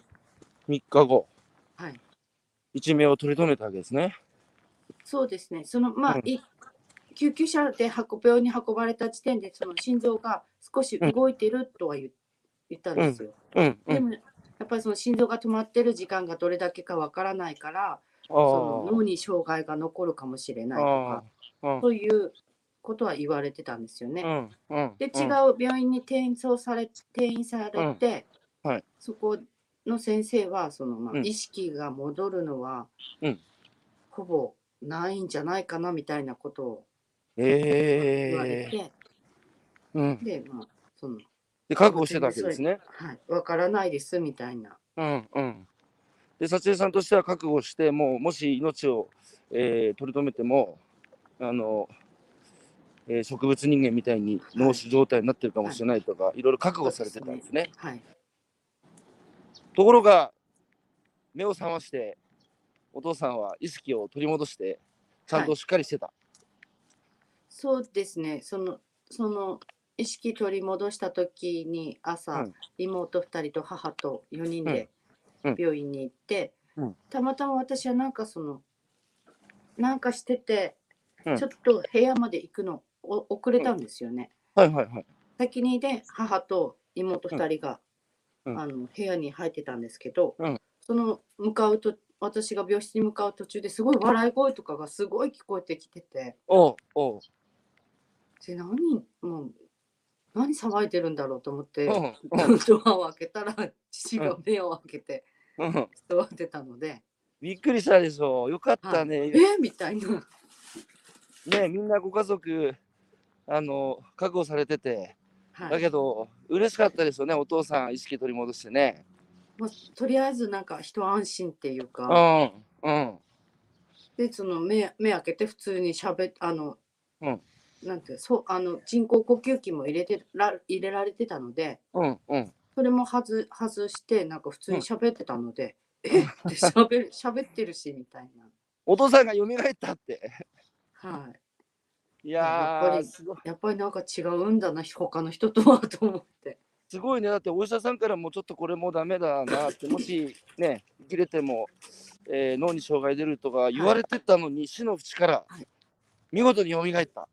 S1: ?3 日後。
S2: はい。
S1: 一命を取り留めたわけですね。
S2: そうですね。そのまあ、
S1: うん
S2: い救急車で運病に運ばれた時点でその心臓が少し動いてるとは言,、言ったんですよ。
S1: うん、うん。
S2: でもやっぱりその心臓が止まってる時間がどれだけかわからないから、
S1: あ
S2: その
S1: ー
S2: 脳に障害が残るかもしれないと
S1: あ
S2: か、
S1: ー、
S2: そういうことは言われてたんですよね。
S1: うんうん
S2: で
S1: うん
S2: 違う病院に転送され転院されて、
S1: うんはい
S2: そこの先生はその、まあ
S1: うん
S2: 意識が戻るのは、
S1: うん
S2: ほぼないんじゃないかなみたいなことを言われ
S1: ええ
S2: て、
S1: うん。
S2: でまあその
S1: で、覚悟してたわけですね。
S2: はいわからないですみたいな
S1: うんうん。で、撮影さんとしては覚悟して、もう、もし命を、えー、取り留めても、あの、えー、植物人間みたいに脳死状態になってるかもしれないとか、い、ろいろ覚悟されてたんですね。
S2: はい
S1: ところが、目を覚まして、お父さんは意識を取り戻して、ちゃんとしっかりしてた。
S2: そうですねそのその意識取り戻した時に朝、
S1: うん
S2: 妹2人と母と4人で
S1: うんうん
S2: 病院に行って、
S1: うん
S2: たまたま私はなんかそのなんかしてて、
S1: うん
S2: ちょっと部屋まで行くのお遅れたんですよね。
S1: はいはいはい。
S2: 先にで母と妹2人が、
S1: うん
S2: あの部屋に入ってたんですけど、
S1: うん
S2: その向かうと私が病室に向かう途中ですごい笑い声とかがすごい聞こえてきてて。
S1: おうおう。
S2: で何もう何騒いでるんだろうと思って、
S1: うん
S2: ドアを開けたら父が目を開けて
S1: うんうん。
S2: 座ってたので、
S1: びっくりしたでしょ。よかったね。
S2: えーみたいな
S1: ね、みんなご家族、あの、覚悟されてて、
S2: は
S1: だ
S2: い、
S1: けど、嬉しかったですよね、お父さん、意識取り戻してね。
S2: もうとりあえずなんか一安心っていう
S1: う
S2: か、
S1: ん、うん、
S2: でその目目開けて普通にしゃべあの、
S1: うん
S2: なんていうそうあの人工呼吸器も入れてら入れられてたので
S1: うん、うん。
S2: それも外外してなんか普通に喋ってたので、えっって喋る喋ってるしみたいな。
S1: お父さんが蘇った って。
S2: はい
S1: い
S2: やっ
S1: や
S2: ぱ
S1: ー
S2: り
S1: すごい、
S2: やっぱりなんか違うんだな他の人とはと思って
S1: すごいね、だってお医者さんからもちょっとこれもうダメだなって、もしね、切れても、えー脳に障害出るとか言われてたのに、死の淵から
S2: はい、
S1: 見事に蘇った。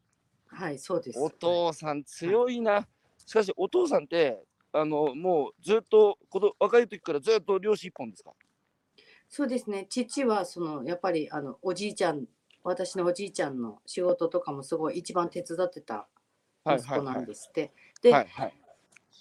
S2: はいそうです
S1: お父さん強いな。しかしお父さんってあのもうずっと子ど若い時からずっと漁師一本ですか。
S2: そうですね父はそのやっぱりあのおじいちゃん私のおじいちゃんの仕事とかもすごい一番手伝ってた
S1: はい
S2: 息
S1: はい
S2: 子
S1: は
S2: なん
S1: い。
S2: ですって、
S1: はいはい。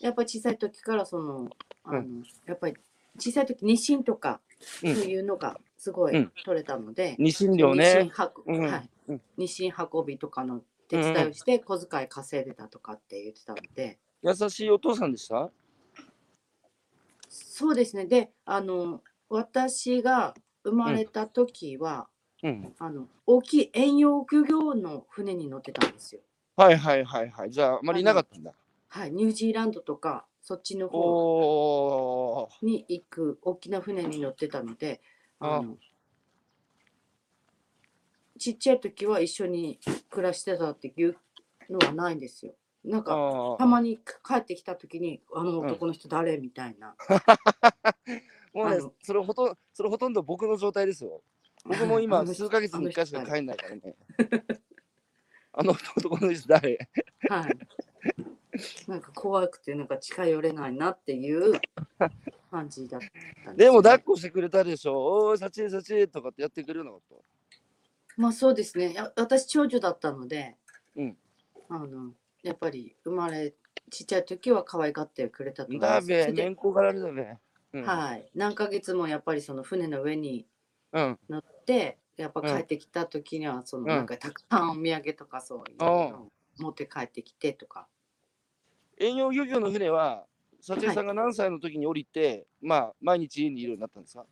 S2: でやっぱり小さい時からそのあの、
S1: う
S2: やっぱり小さい時妊娠とか
S1: うん
S2: というのがすご
S1: う
S2: い
S1: ん
S2: 取れたので、
S1: 日清寮
S2: 日
S1: ね
S2: 清。箱
S1: うん
S2: はい
S1: うん
S2: 日清運びとかの手伝いをして小遣い稼いでたとかって言ってたので、
S1: 優しいお父さんでした
S2: そうですねであの私が生まれた時は、
S1: うん。
S2: あの大きい遠洋漁業の船に乗ってたんですよ。
S1: はいはいはいはい。じゃあ、あまりいなかったんだ。
S2: はい、ニュージーランドとかそっちの方
S1: おー。
S2: に行く大きな船に乗ってたので
S1: あ
S2: あのちっちゃい時は一緒に暮らしてたっていうのはないんですよ。なんか
S1: あ
S2: たまに帰ってきた時に「あの男の人誰?」みたいな。
S1: ーもうね
S2: あの、
S1: それほとんど、それほとんど僕の状態ですよ。僕も
S2: あ
S1: 今、
S2: の人
S1: 数ヶ月に一回しか
S2: あの人
S1: 帰んないからね。あの男の人誰
S2: はい。なんか怖くてなんか近寄れないなっていう感じだったんですね
S1: でも抱っこしてくれたでしょ。おー、幸恵幸恵とかってやってくれるのかと。
S2: まあそうですね。や私長女だったので、
S1: うん
S2: あのやっぱり生まれちっちゃい時は可愛がってくれたと思いま
S1: だ
S2: す。そ
S1: べ、
S2: れで
S1: 年功がられだべ。うん。
S2: はい。何ヶ月もやっぱりその船の上に
S1: うん。
S2: 乗って、やっぱ
S1: うん
S2: 帰ってきた時にはその
S1: ん
S2: なんかたくさんお土産とかそういうのを持って帰ってきてとか。
S1: 遠洋漁業の船は、幸恵さんが何歳の時に降りて、まあ、毎日家にいるようになったんですか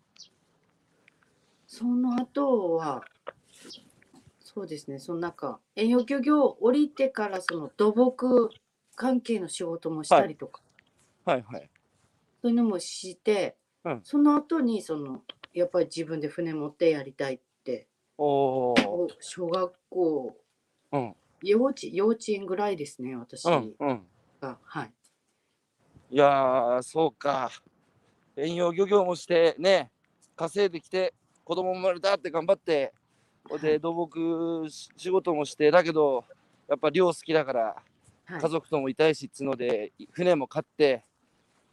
S2: その後は、そうですね、その中、遠洋漁業を降りてから、その土木関係の仕事もしたりとか、
S1: はいはい。
S2: そういうのもして、
S1: うん
S2: その後にその、やっぱり自分で船持ってやりたいって、
S1: おお。
S2: 小学校、
S1: うん。
S2: 幼稚幼稚園ぐらいですね、私
S1: う
S2: が。
S1: ん。うん。
S2: はい、
S1: いやー、そうか。遠洋漁業もして、ね、稼いできて、子供も生まれたって頑張って、
S2: は
S1: で、土木し仕事もして、だけど、やっぱ漁好きだから、
S2: はい
S1: 家族ともいたいしっつうので、い船も買って、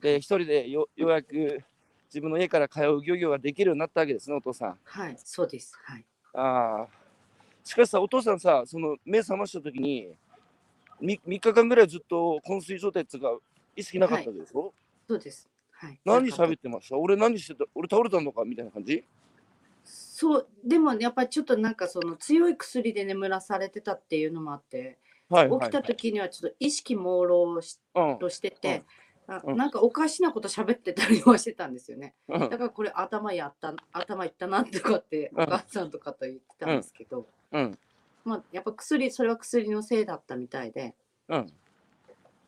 S1: で、一人でよようやく自分の家から通う漁業ができるようになったわけですね、お父さん。
S2: はい、そうです。はい、
S1: ああ。しかしさ、お父さんさ、その目覚ましたときに、み3日間ぐらいずっと昏睡状態っていうか、意識なかったでしょ、
S2: そうです。はい、
S1: 何
S2: なんか
S1: 喋ってました俺何してた俺倒れたのかみたいな感じ
S2: そうでもねやっぱりちょっとなんかその強い薬で眠らされてたっていうのもあって
S1: はい
S2: 起
S1: は
S2: き
S1: い
S2: た時にはちょっと意識朦朧し
S1: うん
S2: としてて、あ
S1: うん
S2: なんかおかしなこと喋ってたりはしてたんですよね
S1: う
S2: だ
S1: ん
S2: からこれ頭やった頭いったなとかって
S1: うん
S2: お母さんとかと言ってたんですけど、
S1: うん
S2: まあやっぱ薬それは薬のせいだったみたいで
S1: うん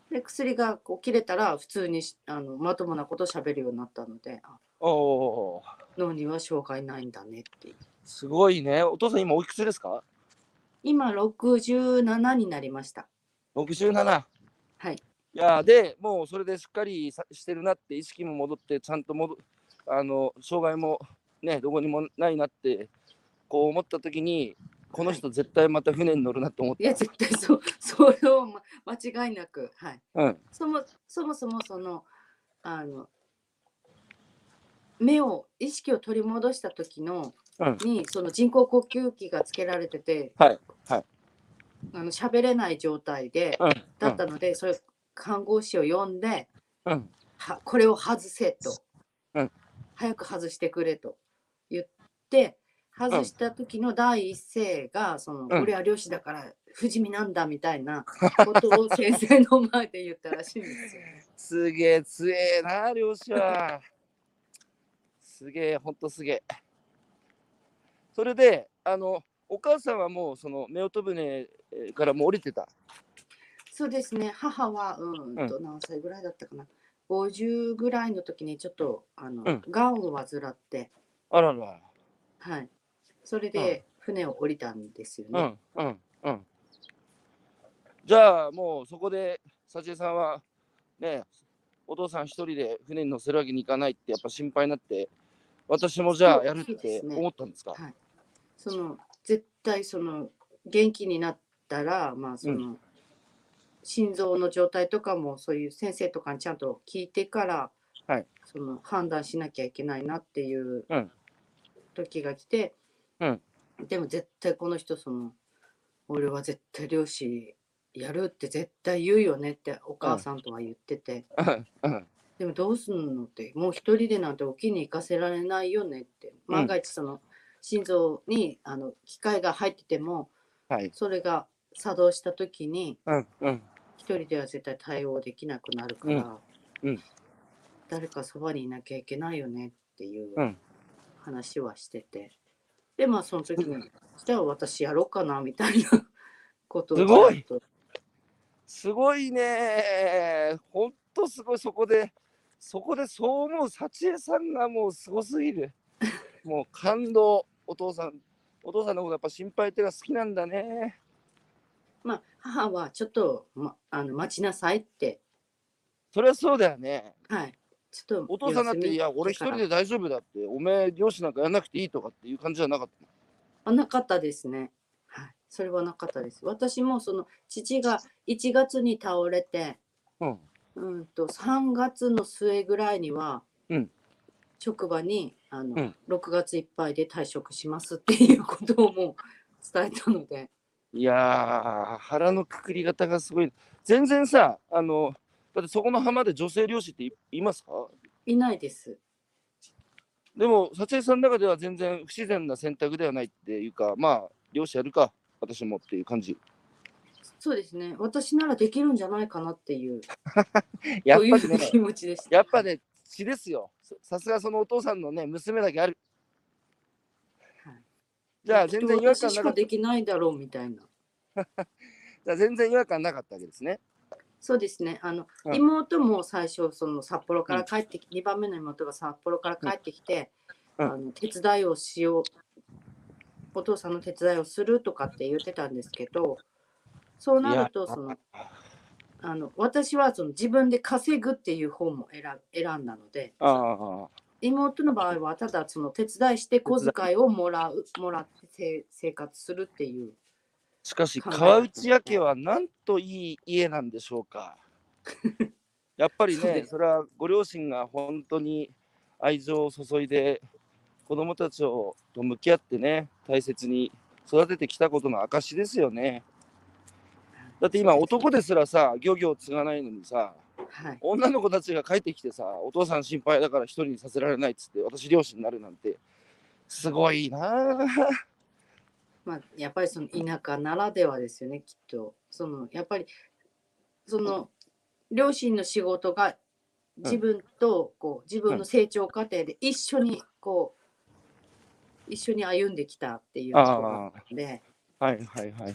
S2: で薬がこう切れたら普通にしあのまともなこと喋るようになったのであ
S1: おおー
S2: 脳には障害ないんだねっていう
S1: すごいねお父さん今おいくつですか
S2: 今67になりました。
S1: 67
S2: はい
S1: いやーでもうそれでしっかりさしてるなって意識も戻ってちゃんと戻あの障害もねどこにもないなってこう思った時にこの人絶対また船に乗るなと思っ
S2: いや
S1: て、
S2: 絶対そう それを、ま、間違いなくはい
S1: うん、
S2: そもそもそもそのあの目を意識を取り戻した時の、
S1: うん
S2: にその人工呼吸器がつけられてて
S1: はいはい
S2: あの喋れない状態で
S1: うん
S2: だったので、それ看護師を呼んで
S1: うん
S2: はこれを外せと、
S1: うん
S2: 早く外してくれと言って外した時の第一声が、その
S1: うん
S2: 俺は漁師だから不死身なんだみたいなことを先生の前で言ったらしいんですよ。
S1: すげえ強えな漁師はすげえほんとすげえそれであのお母さんはもうその夫婦船からもう降りてた
S2: そうですね母はうーんと何歳ぐらいだったかな、50ぐらいの時にちょっとあの、
S1: うん
S2: がんを患って、
S1: あらら
S2: はい、それで船を降りたんですよ
S1: う
S2: ね。
S1: んうんうんじゃあもうそこで幸江さんはねお父さん一人で船に乗せるわけにいかないってやっぱ心配になって私もじゃあやる
S2: そう
S1: っ
S2: で
S1: て
S2: すね
S1: 思ったんですか
S2: はいその絶対その元気になったら、まあその
S1: う
S2: 心臓の状態とかもそういう先生とかにちゃんと聞いてから、
S1: はい
S2: その判断しなきゃいけないなっていう
S1: うん
S2: 時が来て、
S1: うん
S2: でも絶対この人その俺は絶対漁師やるって絶対言うよねってお母さんとは言ってて、
S1: うんうん
S2: でもどうすんのってもう一人でなんて沖に行かせられないよねって
S1: うん
S2: 万が一その心臓にあの機械が入ってても
S1: はい。
S2: それが作動した時に
S1: うんうん。
S2: 一人では絶対対応できなくなるから、
S1: うんうん
S2: 誰かそばにいなきゃいけないよねっていう
S1: うん
S2: 話はしててでまあその時にじゃあ私やろうかなみたいなことを
S1: すごい
S2: ちゃんと
S1: すごいね。ほんとすごい。そこで、そこでそう思う幸恵さんがもうすごすぎる。もう感動。お父さん、お父さんのことやっぱ心配っていうか好きなんだね。
S2: まあ母はちょっと、ま、あの待ちなさいって
S1: そりゃそうだよね。
S2: はいちょっと
S1: お父さんだって、
S2: 様子見
S1: いや、俺一人で大丈夫だって、おめえ、漁師なんかやんなくていいとかっていう感じじゃなかった。
S2: あなかったですね。はい、それはなかったです。私もその父が1月に倒れて、
S1: うん。
S2: うんと3月の末ぐらいには、
S1: うん
S2: 職場にあの、
S1: うん
S2: 6月いっぱいで退職しますっていうことをもう伝えたので、
S1: いやー、腹のくくり方がすごい。全然さ、あの、だってそこの浜で女性漁師っていいますか
S2: いないです。
S1: でも、撮影さんの中では全然不自然な選択ではないっていうか、まあ、漁師やるか、私もっていう感じ。
S2: そうですね。私ならできるんじゃないかなっていう、
S1: やっ
S2: そうい
S1: ぱり
S2: う
S1: ね
S2: 気、持ちでした。
S1: やっぱね、血ですよ。ささすがそのお父さんのね、娘だけある
S2: はい。
S1: じゃあ、全然違和
S2: 私
S1: 感
S2: し
S1: なか
S2: か
S1: った。
S2: できないだろうみたいな。
S1: じゃあ全然違和感なかったわけですね。
S2: そうですね。あの、
S1: うん
S2: 妹も最初その札幌から帰ってき、二番目の妹が札幌から帰ってきて、
S1: うん
S2: あの手伝いをしよう、お父さんの手伝いをするとかって言ってたんですけど、そうなるとそのあの私はその自分で稼ぐっていう方も選選んだので、
S1: ああ、
S2: 妹の場合はただその手伝いして小遣いをもらうもらってせ生活するっていう。
S1: しかし
S2: 考え
S1: 川内屋家はなんといい家なんでしょう か。やっぱり
S2: そうで
S1: ね
S2: す
S1: それはご両親が本当に愛情を注いで子供たちをと向き合ってね大切に育ててきたことの証ですよね。だって今男ですらさ漁業を継がないのにさ
S2: はい。
S1: 女の子たちが帰ってきてさお父さん心配だから一人にさせられないっつって私漁師になるなんてすごいなあ。
S2: まあ、やっぱりその田舎ならではですよねきっとそのやっぱりその両親の仕事が自分とこう自分の成長過程で一緒にこう一緒に歩んできたっていうところなので
S1: はいはいはい。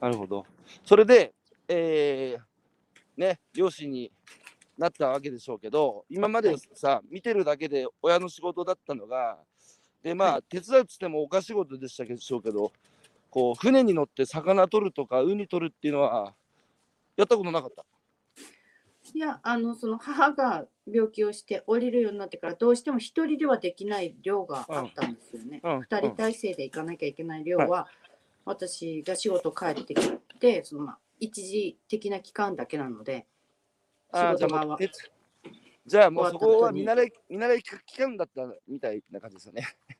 S1: なるほど。それで、えーね、漁師になったわけでしょうけど、今までさ、見てるだけで親の仕事だったのが、で、まあ、
S2: は
S1: 手伝うっつってもおか仕事でしたけど、こう、船に乗って魚取るとか、ウニ取るっていうのは、やったことなかった。
S2: いやあのその母が病気をして降りるようになってからどうしても一人ではできない量があったんですよね。
S1: うん
S2: 2人体制で行かなきゃいけない量は、私が仕事帰ってきてそのまあ一時的な期間だけなので
S1: あー
S2: 仕
S1: じゃ
S2: 事
S1: あ
S2: 場
S1: もう
S2: は
S1: 手つじゃあもうそこ
S2: 終わ
S1: は
S2: った後に
S1: 見慣れ見慣れ期間だったみたいな感じですよ ね。
S2: そ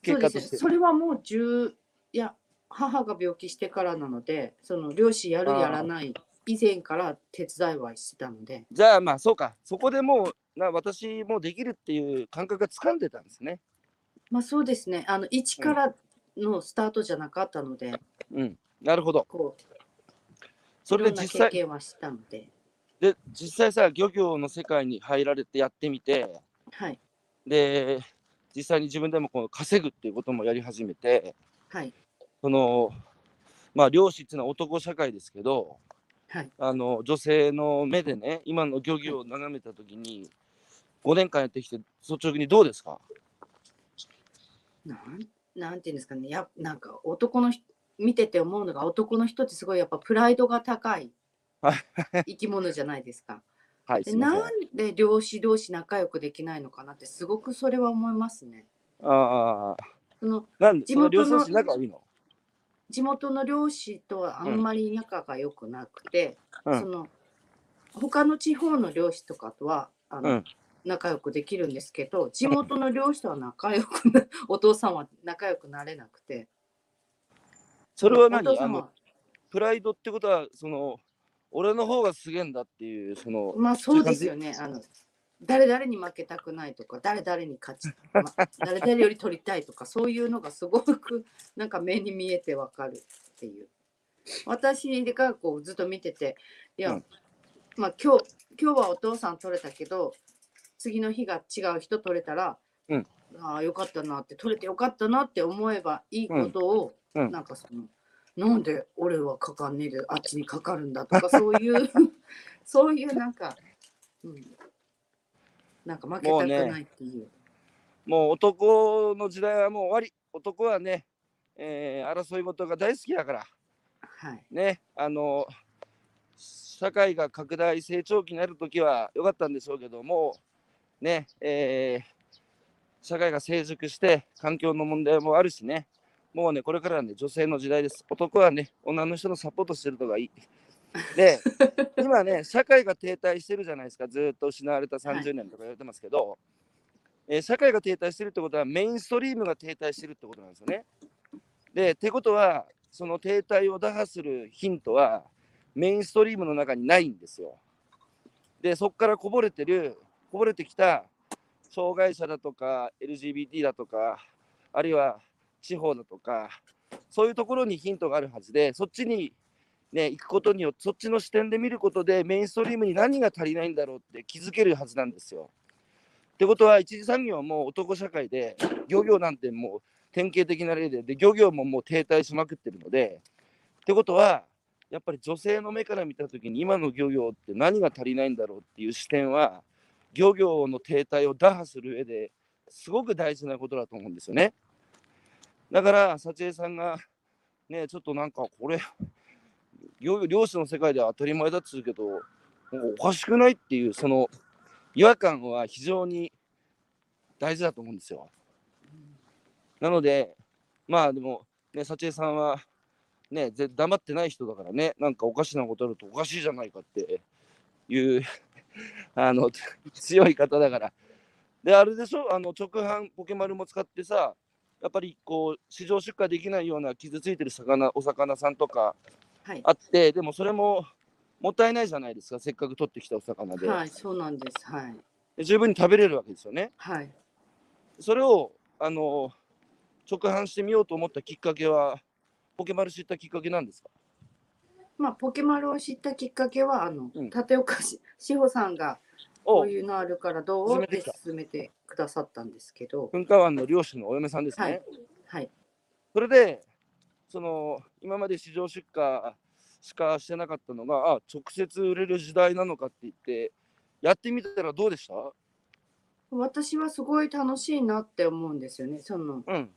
S1: 結
S2: う
S1: 果
S2: で
S1: と
S2: す
S1: して
S2: ね。それはもう10いや母が病気してからなのでその漁師やる
S1: あー
S2: やらない以前から手伝いはしてたので
S1: じゃあまあそうかそこでもうな私もできるっていう感覚が掴んでたんですね。
S2: まあそうですねあの一からのスタートじゃなかったので、
S1: うん、なるほど。
S2: こう
S1: そ
S2: い
S1: れ
S2: ろん
S1: で
S2: な
S1: 実
S2: 経
S1: 際
S2: 験はしたので
S1: で実際さ漁業の世界に入られてやってみて
S2: はい
S1: で実際に自分でもこう稼ぐっていうこともやり始めて
S2: はい
S1: そのまあ漁師っていうのは男社会ですけど
S2: はい
S1: あの女性の目でね今の漁業を眺めた時に5年間やってきて率直にどうですか
S2: なんなんていうんですかねやなんか男の人見てて思うのが男の人ってすごいやっぱプライドが高い
S1: はい
S2: 生き物じゃない ですか。
S1: はい
S2: です
S1: いません
S2: なんで漁師同士仲良くできないのかなってすごくそれは思いますね。
S1: ああ
S2: その
S1: なんで
S2: 地
S1: その
S2: 元
S1: 漁
S2: の
S1: 師同士仲いいの、
S2: 地元の漁師とはあんまり仲が良くなくて、
S1: うん
S2: その他の地方の漁師とかとはあの、
S1: うん
S2: 仲良くできるんですけど地元の漁師とは仲良くな お父さんは仲良くなれなくて
S1: それは
S2: お父
S1: 何
S2: さ
S1: あ
S2: ん
S1: の
S2: は
S1: プライドってことはその俺の方がすげえんだっていうその
S2: まあそうですよね。あの誰々に負けたくないとか誰々に勝ち、ま あ、誰々より取りたいとかそういうのがすごくなんか目に見えてわかるっていう。私がこうずっと見てていや、
S1: うん
S2: まあ今日今日はお父さん取れたけど次の日が違う人取れたら、
S1: うん
S2: ああよかったなって取れてよかったなって思えばいいことを、
S1: うんうん
S2: なんかそのなんで俺はかかんねえであっちにかかるんだとかそういう そういうなんか、うん、なんか負けたくないっていう。
S1: もう男の時代はもう終わり男はね、えー争い事が大好きだから
S2: はい、
S1: ねあの社会が拡大成長期になる時は良かったんでしょうけどもうねえー社会が成熟して環境の問題もあるしねもうねこれからはね女性の時代です男はね女の人のサポートしてるのがいいで今ね社会が停滞してるじゃないですかずっと失われた30年とか言われてますけど、えー社会が停滞してるってことはメインストリームが停滞してるってことなんですよね。でってことはその停滞を打破するヒントはメインストリームの中にないんですよ。でそこからこぼれてるこぼれてきた障害者だとか LGBT だとかあるいは地方だとかそういうところにヒントがあるはずでそっちにね行くことによってそっちの視点で見ることでメインストリームに何が足りないんだろうって気づけるはずなんですよ。ってことは一次産業はもう男社会で漁業なんてもう典型的な例でで漁業ももう停滞しまくってるのでってことはやっぱり女性の目から見た時に今の漁業って何が足りないんだろうっていう視点は漁業の停滞を打破する上ですごく大事なことだと思うんですよね。だから幸江さんがねちょっとなんかこれ漁業漁師の世界では当たり前だっつうけどもうおかしくないっていうその違和感は非常に大事だと思うんですよ。なのでまあでもね幸江さんはねぜ黙ってない人だからねなんかおかしなことあるとおかしいじゃないかっていうあの強い方だから。であれでしょあの直販ポケマルも使ってさやっぱりこう市場出荷できないような傷ついてる魚お魚さんとか
S2: はい、
S1: あってでもそれももったいないじゃないですかせっかく取ってきたお魚で,、
S2: はい、そうなんです。はい、
S1: で十分に食べれるわけですよね。
S2: はい、
S1: それをあの直販してみようと思ったきっかけはポケマル知ったきっかけなんですか
S2: まあポケマルを知ったきっかけはあの、
S1: うん
S2: 立岡し志保さんがこ
S1: お
S2: ういうのあるからどう
S1: 勧
S2: っ
S1: めて
S2: て
S1: きた
S2: 勧めてくださったんですけど、
S1: 噴火湾の漁師のお嫁さんですね。
S2: はいはい、
S1: それでその今まで市場出荷しかしてなかったのがあ直接売れる時代なのかって言ってやってみたらどうでした
S2: 私はすごい楽しいなって思うんですよね。その
S1: うん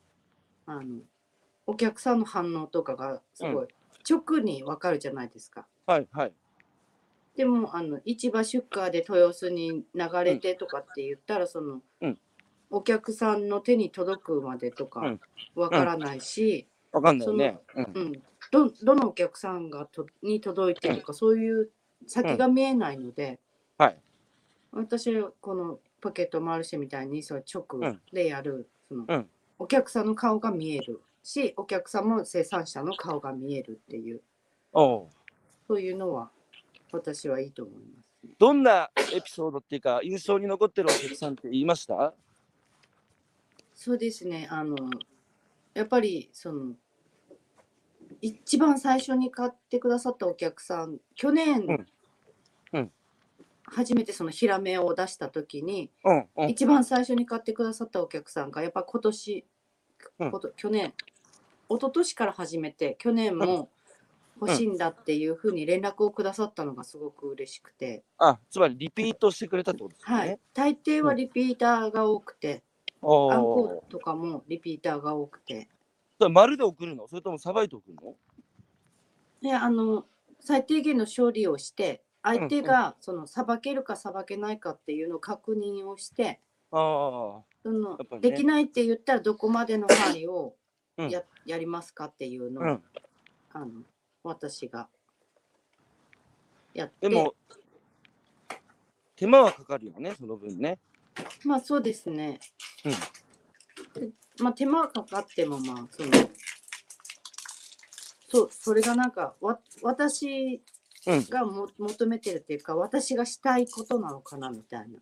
S2: あのお客さんの反応とかがすごい直にわかるじゃないですか。
S1: はいはい
S2: でもあの市場出荷で豊洲に流れてとかって言ったら、その、
S1: うん
S2: お客さんの手に届くまでと
S1: う
S2: か
S1: ん
S2: わからないし、
S1: わかんないよね、うん、
S2: うんどどのお客さんがとに届いてとか、そういう先が見えないので、
S1: はい
S2: 私このポケット回るシェみたいにその
S1: う
S2: 直
S1: ん
S2: でやる、そうの
S1: ん
S2: お客さんの顔が見えるしお客さんも生産者の顔が見えるっていう
S1: おう
S2: そういうのは私はいいと思いますね。
S1: どんなエピソードっていうか印象に残ってるお客さんって言いました
S2: そうですねあのやっぱりその一番最初に買ってくださったお客さん去年、
S1: うんうん
S2: 初めてそのヒラメを出した時に、
S1: うんうん
S2: 一番最初に買ってくださったお客さんがやっぱ今年、
S1: うん
S2: こと去年一昨年から始めて去年も欲しいんだっていうふうに連絡をくださったのがすごく嬉しくて、
S1: あつまりリピートしてくれたってことですね、
S2: はい、大抵はリピーターが多くて、
S1: お
S2: アンコ
S1: お
S2: ールとかもリピーターが多くて。
S1: それ丸で送るのそれともさばいて送るの
S2: であの最低限の勝利をして相手がそのさばけるかさばけないかっていうのを確認をして
S1: あ
S2: その
S1: やっぱりね
S2: できないって言ったらどこまでの範囲を
S1: うん
S2: や,、やりますかっていうのを、
S1: あうん
S2: あの私がやって
S1: でも手間はかかるよねその分ね
S2: まあそうですね、でまあ手間はかかってもまあそのそうそれがなんかわ私
S1: うん
S2: がも求めてるっていうか私がしたいことなのかなみたいな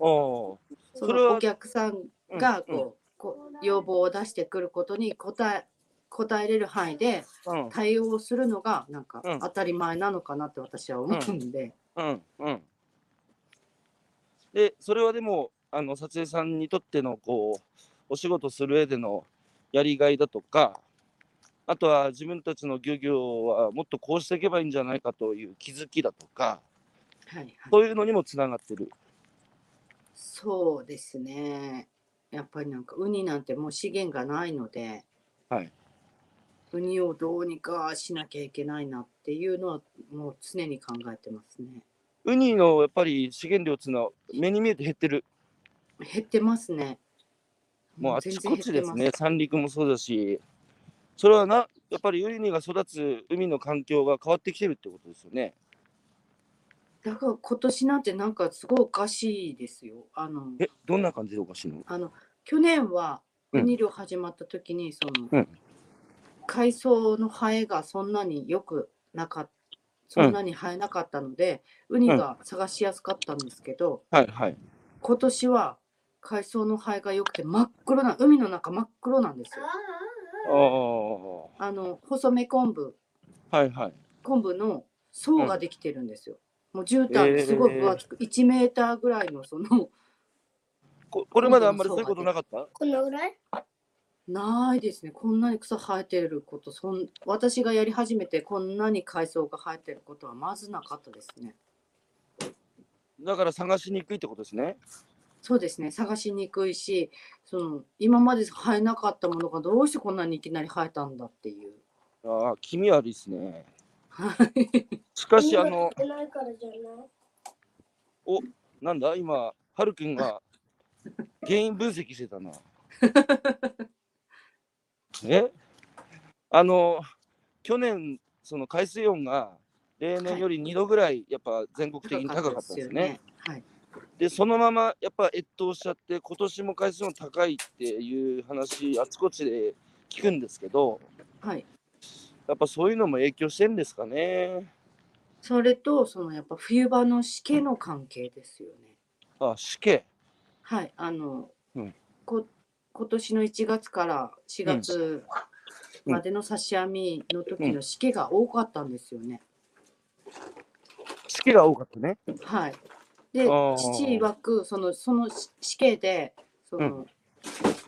S1: おー
S2: そ
S1: それは
S2: のお客さん
S1: うん
S2: が
S1: うん
S2: こうこう要望を出してくることに答え答えれる範囲で
S1: うん
S2: 対応するのがなんか
S1: うん
S2: 当たり前なのかなって私は思うんで、
S1: うんうん。で、それはでも、あの、撮影さんにとっての、こう、お仕事する上でのやりがいだとか、あとは自分たちの漁業はもっとこうしていけばいいんじゃないかという気づきだとか、
S2: はいはい、
S1: そういうのにもつながってる。
S2: そうですねやっぱりなんかウニなんてもう資源がないので、
S1: はい
S2: ウニをどうにかしなきゃいけないなっていうのはもう常に考えてますね
S1: ウニのやっぱり資源量っていうのは目に見えて減ってる。
S2: 減ってますね
S1: もうあち
S2: 全然
S1: こちです
S2: 減
S1: ね
S2: っ。て
S1: 三陸もそうだし、それはな、やっぱりウニが育つ海の環境が変わってきてるってことですよね。
S2: ますだから今年なんてなんかすごいおかしいですよあの
S1: え、どんな感じでおかしいの
S2: あの去年は
S1: うん
S2: ウニ漁始まった時にその、
S1: うん
S2: 海藻のハエがそんなによくなかったそんなに生えなかったので、ウニが探しやすかったんですけど、
S1: はいはい。
S2: 今年は海藻のハエが良くて真っ黒な海の中真っ黒なんですよ。
S1: ああ。
S2: あの細め昆布
S1: はいはい。
S2: 昆布の層ができてるんですよ。もう絨毯すごい分厚く、1メーターぐらいのその
S1: ここれまであんまりそういうことなかった
S3: このぐらい
S2: ないですね。こんなに草生えてること、そん私がやり始めてこんなに海藻が生えてることはまずなかったですね。
S1: だから探しにくいってことですね。
S2: そうですね。探しにくいし、その今まで生えなかったものがどうしてこんなにいきなり生えたんだっていう。
S1: ああ、気味悪いですね。
S2: はい。
S1: しかし、あの、
S3: 見えないからじゃない
S1: なんだ、今、はるくんが原因分析してた な。えあの、去年、その海水温が例年より2度ぐらい、やっぱ全国的に高かったんですね。。
S2: はい。
S1: で、そのままやっぱ越冬しちゃって、今年も海水温高いっていう話、あちこちで聞くんですけど、
S2: はい。
S1: やっぱそういうのも影響してんですかね。
S2: それとそのやっぱ冬場の湿気の関係ですよね。
S1: あ、死刑。
S2: はい。あの、
S1: うん
S2: こ今年の1月から4月
S1: うん
S2: までの刺し網の時
S1: う
S2: の湿気が多かったんですよね。
S1: 死刑が多かったね。
S2: はい。で、
S1: あー
S2: 父曰くそのその湿湿気でその、
S1: う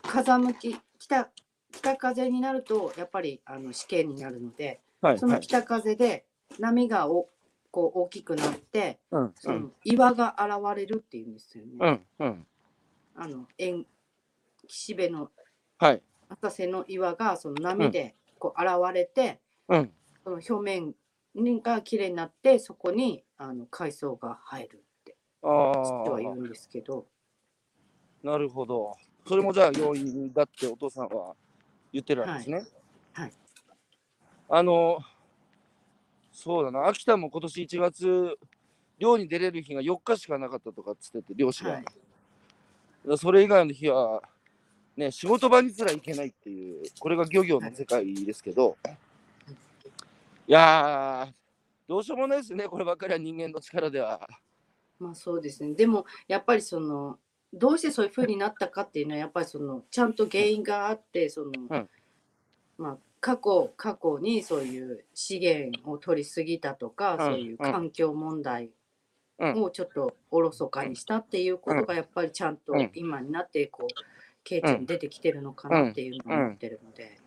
S2: 風向き北北風になるとやっぱりあの湿気になるので、
S1: はい、
S2: そ
S1: は
S2: の
S1: い。
S2: 北風で波がおこう大きくなって、
S1: うん、う
S2: そ
S1: ん、
S2: の岩が現れるっていうんですよね。
S1: うん、うん。
S2: あの縁岸辺の
S1: はい。
S2: 浅瀬の岩がその波でこう現れて、
S1: うん。
S2: その表面が綺麗になってそこにあの海藻が入るって
S1: あ
S2: 父は言う
S1: あ、
S2: んですけど
S1: なるほど。それもじゃあ要因だってお父さんは言ってるわけですね。
S2: はいはい
S1: あの、そうだな、秋田も今年1月、漁に出れる日が4日しかなかったとかっつってて、漁師が。
S2: は
S1: だ
S2: い
S1: からそれ以外の日は、ね、仕事場にすら行けないっていう、これが漁業の世界ですけど、い、やー、どうしようもないですね、こればっかりは人間の力では。
S2: まあそうですねでもやっぱりそのどうしてそういう風になったかっていうのはやっぱりそのちゃんと原因があってその、
S1: うん
S2: まあ過去過去にそういう資源を取りすぎたとか、
S1: ん
S2: そういう環境問題をちょっとおろそかにしたっていうことがやっぱりちゃんと
S1: うん
S2: 今になってこう経験に出てきてるのかなっていうのを思ってるので、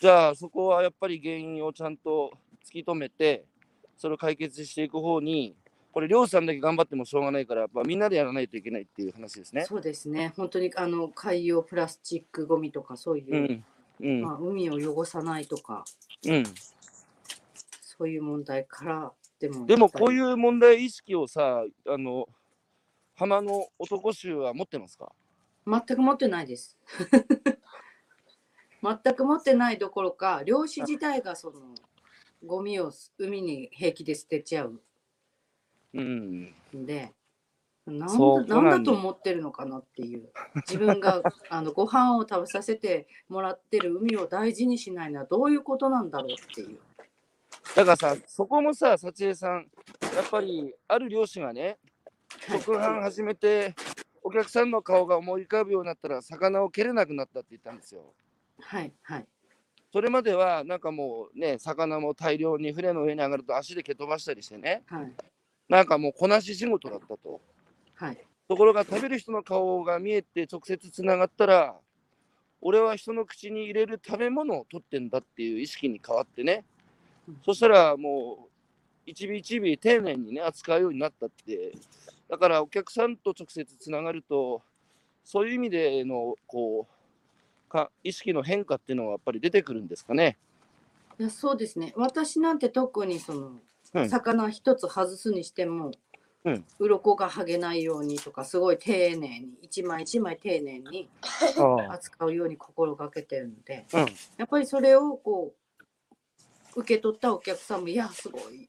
S1: じゃあそこはやっぱり原因をちゃんと突き止めてそれを解決していく方にこれ漁師さんだけ頑張ってもしょうがないからやっぱみんなでやらないといけないっていう話ですね。
S2: そうですね本当にあの海洋プラスチックごみとかそう
S1: う
S2: いう、
S1: んうん
S2: まあ、海を汚さないとか
S1: うん、
S2: そういう問題からでも
S1: でもこう
S2: う
S1: いう問題意識をさあの浜の男衆は持ってますか
S2: 全く持ってないです 全く持ってないどころか漁師自体がそのゴミを海に平気で捨てちゃう
S1: うん
S2: んでな
S1: そうんそ
S2: だ
S1: うな
S2: なんん
S1: だ
S2: だと思ってるのかなっていう自分が あのご飯を食べさせてもらってる海を大事にしないのはどういうことなんだろうっていう
S1: だからさ、そこもさ、幸江さん、やっぱりある漁師がね、
S2: はい
S1: 食販始めて、お客さんの顔が思い浮かぶようになったら、魚を蹴れなくなったって言ったんですよ。
S2: はいはい
S1: それまでは、なんかもうね、魚も大量に船の上に上がると足で蹴飛ばしたりしてね、
S2: はい
S1: なんかもうこなし仕事だったと。
S2: はい
S1: ところが食べる人の顔が見えて直接つながったら俺は人の口に入れる食べ物を取ってんだっていう意識に変わってね、
S2: うん
S1: そしたらもう一尾一尾丁寧にね扱うようになったってだからお客さんと直接つながるとそういう意味でのこうか意識の変化っていうのはやっぱり出てくるんですかね。
S2: いやそうですね私なんて特にその、
S1: うん
S2: 魚一つ外すにしても、
S1: うん
S2: 鱗が剥げないようにとかすごい丁寧に一枚一枚丁寧に扱うように心がけてるので、
S1: うん
S2: やっぱりそれをこう受け取ったお客さんも「いやすごい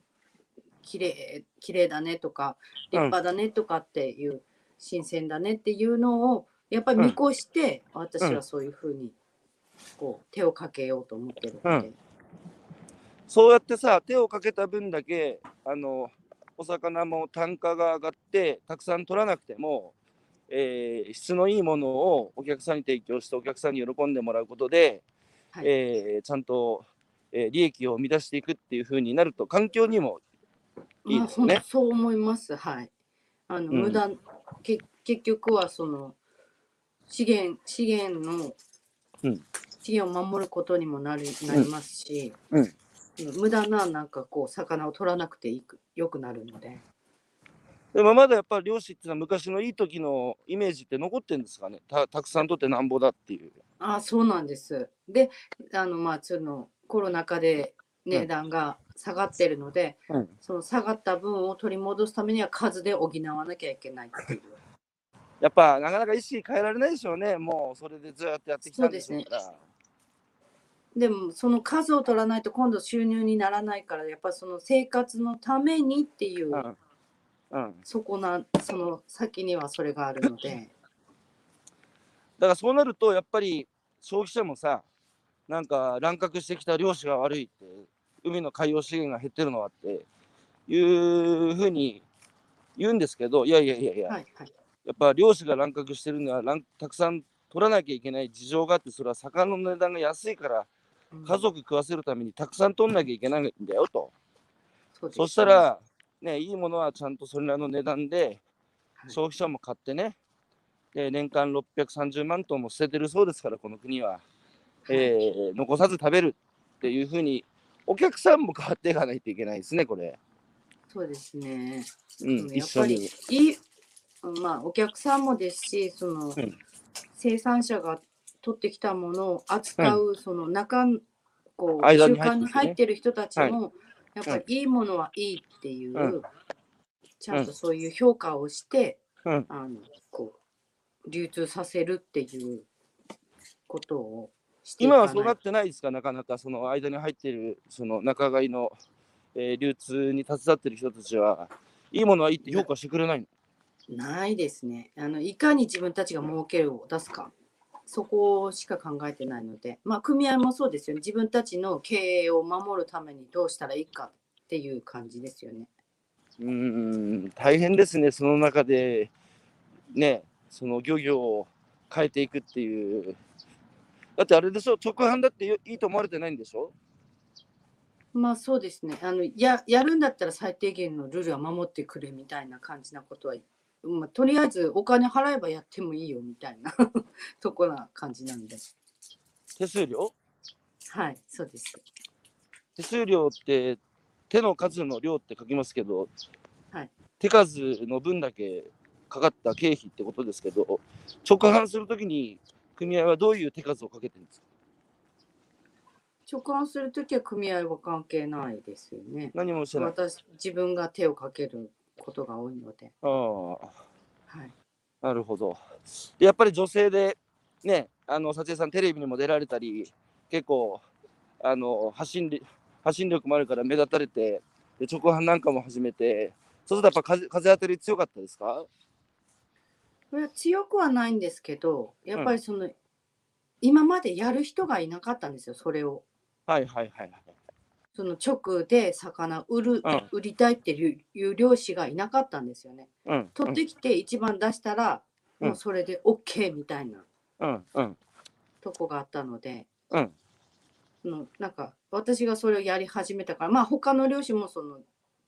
S2: 綺麗綺麗だね」とか「
S1: うん
S2: 立派だね」とかっていう、新鮮だねっていうのをやっぱり見越して、私はそういうふうにこう手をかけようと思ってるので。
S1: そうやってさ手をかけた分だけあのお魚も単価が上がってたくさん取らなくても、えー質のいいものをお客さんに提供してお客さんに喜んでもらうことで、
S2: はい
S1: えーちゃんと、えー利益を生み出していくっていう風になると環境にもいいですよね
S2: まあ、ほんそう思います。はい。あの、
S1: うん
S2: 無駄け結局はその資源資源の、
S1: うん
S2: 資源を守ることにもなりなりますし、
S1: うんうん
S2: 無駄ななんかこう魚を取らなくていく良くなるので。
S1: でもまだやっぱり漁師っていうのは昔のいい時のイメージって残ってるんですかねたたくさん取ってなんぼだっていう。
S2: あ、そうなんです。で、あのまあそのコロナ禍で値段が下がってるので、
S1: うん
S2: その下がった分を取り戻すためには数で補わなきゃいけないっていう。
S1: やっぱなかなか意識変えられないでしょうねもうそれでずっとやってきたんでしょうから。
S2: でもその数を取らないと今度収入にならないからやっぱその生活のためにっていう、
S1: うんうん
S2: そこなその先にはそれがあるの で、
S1: だからそうなるとやっぱり消費者もさなんか乱獲してきた漁師が悪いって海の海洋資源が減ってるのはっていうふうに言うんですけどいやいやいやいや、
S2: はいはい、
S1: やっぱ漁師が乱獲してるのは乱たくさん取らなきゃいけない事情があってそれは魚の値段が安いから
S2: うん
S1: 家族食わせるためにたくさん取んなきゃいけないんだよと、
S2: そうです
S1: そしたら、ね、いいものはちゃんとそれなりの値段で
S2: はい
S1: 消費者も買ってね、で年間630万トンも捨ててるそうですから、この国は、えー残さず食べるっていうふうに、お客さんも変わっていかないといけないですね、これ。
S2: そうですね、
S1: う
S2: うん
S1: ん、
S2: や
S1: 一
S2: っ
S1: 緒
S2: ぱり
S1: に。
S2: いい、まあ、お客さんもですしその、
S1: ん
S2: 生産者が取ってきたものを扱う、その中こう
S1: 間
S2: 習
S1: に入
S2: 慣
S1: ってる人ね
S2: に入ってる人たちも、やっぱりいいものはいいっていう、
S1: うん
S2: ちゃんとそういう評価をして、
S1: うん
S2: あのこう流通させるっていうことをしていか
S1: 今
S2: ない
S1: はそうなってないですか、なかなか、その間に入っている、その仲買いの、えー流通に携わってる人たちは、いいものはいいって評価してくれないの。
S2: ないですねあの。いかに自分たちが儲けるを出すか、そこしか考えてないので、まあ、組合もそうですよね。自分たちの経営を守るためにどうしたらいいかっていう感じですよね。
S1: うーん、大変ですね、その中で、ね、その漁業を変えていくっていう。だってあれでしょ、直販だってよいいと思われてないんでしょ
S2: まあそうですねあのや。やるんだったら最低限のルールは守ってくれみたいな感じなことは、まあ、とりあえずお金払えばやってもいいよみたいな とこな感じなんで。
S1: 手数料
S2: はい、そうです。
S1: 手数料って手の数の量って書きますけど、
S2: はい
S1: 手数の分だけかかった経費ってことですけど直販するときに組合はどういう手数をかけてるんですか
S2: 直販するときは組合は関係ないですよね。
S1: 何もしてない。
S2: 私自分が手をかけることが多いので、
S1: ああ
S2: はい、
S1: なるほど。でやっぱり女性で、ね、あの、幸江さんテレビにも出られたり、結構、あの、発信り、発信力もあるから目立たれて、で直販なんかも始めて、そうするとやっぱ風風当たり強かったですか
S2: これは強くはないんですけどやっぱ
S1: う
S2: りその、今までやる人がいなかったんですよそれを
S1: はいはいはいはい。
S2: その直で魚売る、
S1: うん
S2: 売りたいっていういう漁師がいなかったんですよね。
S1: うん
S2: 取ってきて一番出したら、
S1: うん
S2: もうそれで OK みたいな
S1: うんうん
S2: とこがあったので、
S1: うん
S2: のなんか私がそれをやり始めたからまあ他の漁師もその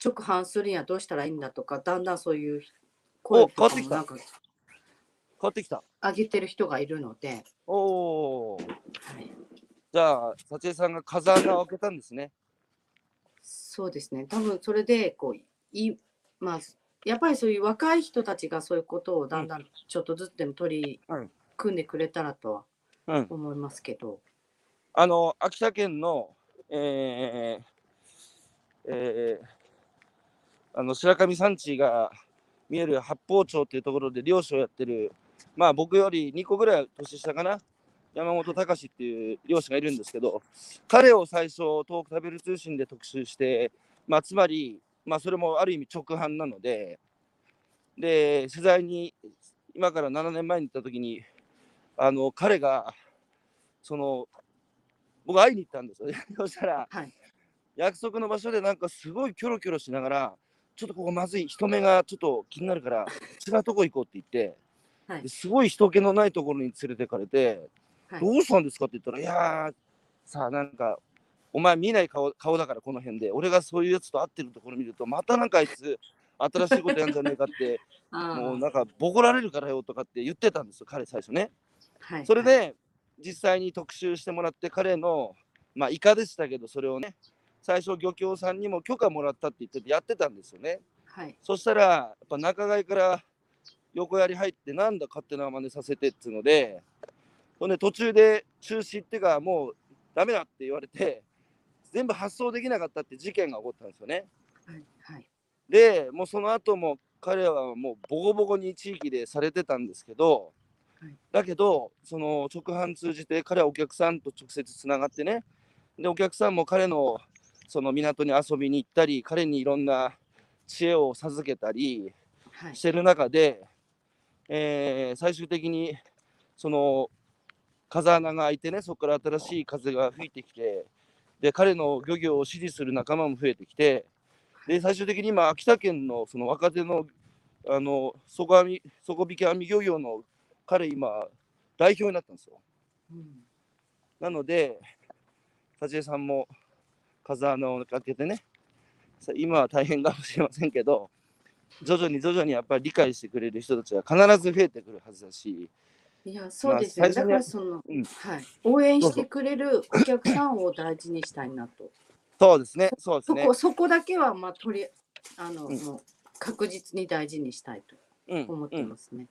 S2: 直販するにはどうしたらいいんだとかだんだんそういう声と
S1: お
S2: か
S1: 変
S2: も
S1: わ
S2: な
S1: っ
S2: んか
S1: 変わってきた
S2: 上げてる人がいるので、
S1: おお
S2: はい
S1: じゃあ幸江さんが風穴を開けたんですね
S2: そうですね多分それでこういまあやっぱりそういう若い人たちがそういうことをだんだんちょっとずつでも取り
S1: うん
S2: 組んでくれたらとは
S1: うん
S2: 思いますけど、
S1: あの秋田県のえー、えー、あの白神山地が見える八方町っていうところで漁師をやってるまあ僕より2個ぐらい年下かな山本隆っていう漁師がいるんですけど彼を最初東北食べる通信で特集してまあつまりまあそれもある意味直販なのでで取材に今から7年前に行った時にあの彼がその僕会いに行ったんですよね そしたら
S2: はい
S1: 約束の場所でなんかすごいキョロキョロしながらちょっとここまずい人目がちょっと気になる から違うとこ行こうって言って、
S2: はい
S1: ですごい人気のないところに連れてかれて、
S2: はい
S1: どうしたんですかって言ったら「いやーさあなんかお前見ない顔顔だからこの辺で俺がそういうやつと会ってるところ見るとまたなんかあいつ新しいことやんじゃねえかって
S2: あー
S1: もうなんかボコられるからよ」とかって言ってたんですよ彼最初ね。
S2: はい
S1: それ
S2: はい
S1: で実際に特集してもらって彼のまあイカでしたけどそれをね最初漁協さんにも許可もらったって言っててやってたんですよね
S2: はい
S1: そしたらやっぱ仲買から横やり入ってなんだ勝手な真似させてっつうのでほんで途中で中止ってかもうダメだって言われて全部発送できなかったって事件が起こったんですよね
S2: はいはい
S1: でもうその後も彼はもうボコボコに地域でされてたんですけど、
S2: はい
S1: だけどその直販通じて彼はお客さんと直接つながってねでお客さんも彼のその港に遊びに行ったり彼にいろんな知恵を授けたり
S2: はい
S1: してる中で、えー最終的にその風穴が開いてねそこから新しい風が吹いてきてで彼の漁業を支持する仲間も増えてきてで最終的に今秋田県のその若手のあの底網底引き網漁業の彼今代表になったんですよ。
S2: うん
S1: なので幸江さんも風穴を開けてねさ今は大変かもしれませんけど徐々に徐々にやっぱり理解してくれる人たちが必ず増えてくるはずだし
S2: いや、そうですよ、
S1: 最初
S2: だ
S1: に
S2: からその、
S1: うん
S2: はい、応援
S1: どう
S2: し
S1: ぞ
S2: てくれるお客さんを大事にしたいな と。
S1: そうですねそうです
S2: そ
S1: ね。
S2: こ、そこだけは、まあ、とり、あの、
S1: うん
S2: もう確実に大事にしたいと
S1: うん
S2: 思っ
S1: う
S2: て
S1: ん
S2: ますね。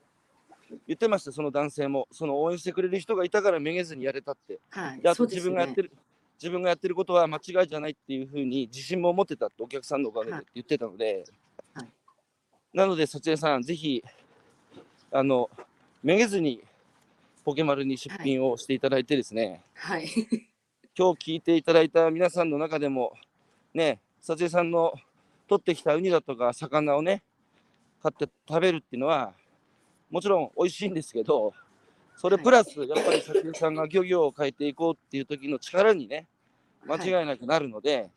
S1: 言ってましたその男性もその応援してくれる人がいたからめげずにやれたって
S2: はい
S1: で、あ
S2: そ
S1: と
S2: うで
S1: 自
S2: す
S1: 分がやっ
S2: ね
S1: て。る、自分がやってることは間違いじゃないっていうふうに自信も持ってたってお客さんのおかげで
S2: は
S1: っ
S2: い
S1: て言ってたので、
S2: はい
S1: なので幸江さんぜひあのめげずにポケマルに出品をしていただいてですね、
S2: はい、
S1: 今日聞いていただいた皆さんの中でもね幸江さんの取ってきたウニだとか魚をね買って食べるっていうのはもちろん美味しいんですけどそれプラスやっぱり幸江さんが漁業を変えていこうっていう時の力にね 間
S2: はい
S1: 違いなくなるので、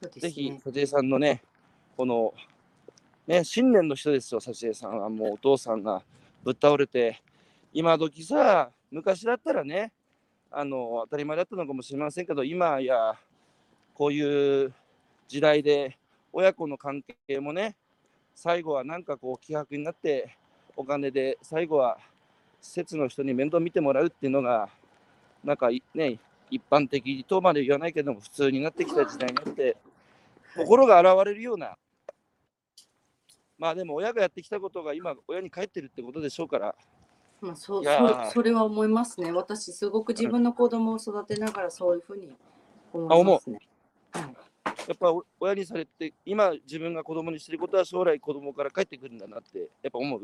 S2: そうです
S1: ぜ
S2: ね
S1: ひ幸江さんのねこのね新年の人ですよ幸江さんはもうお父さんがぶっ倒れて今時さ昔だったらねあの当たり前だったのかもしれませんけど今やこういう時代で親子の関係もね最後はなんかこう希薄になってお金で最後は施設の人に面倒見てもらうっていうのがなんかいね一般的とまで言わないけども普通になってきた時代になって
S2: はい
S1: 心が洗われるようなまあでも親がやってきたことが今親に返ってるってことでしょうから
S2: まあ、そう、
S1: いやー
S2: そう、それは思いますね。私、すごく自分の子供を育てながら、そういうふうに
S1: あ
S2: 思い
S1: 思う
S2: ますね。はい、
S1: やっぱお親にされて今自分が子供にしてることは将来子供から返ってくるんだなってやっぱ思う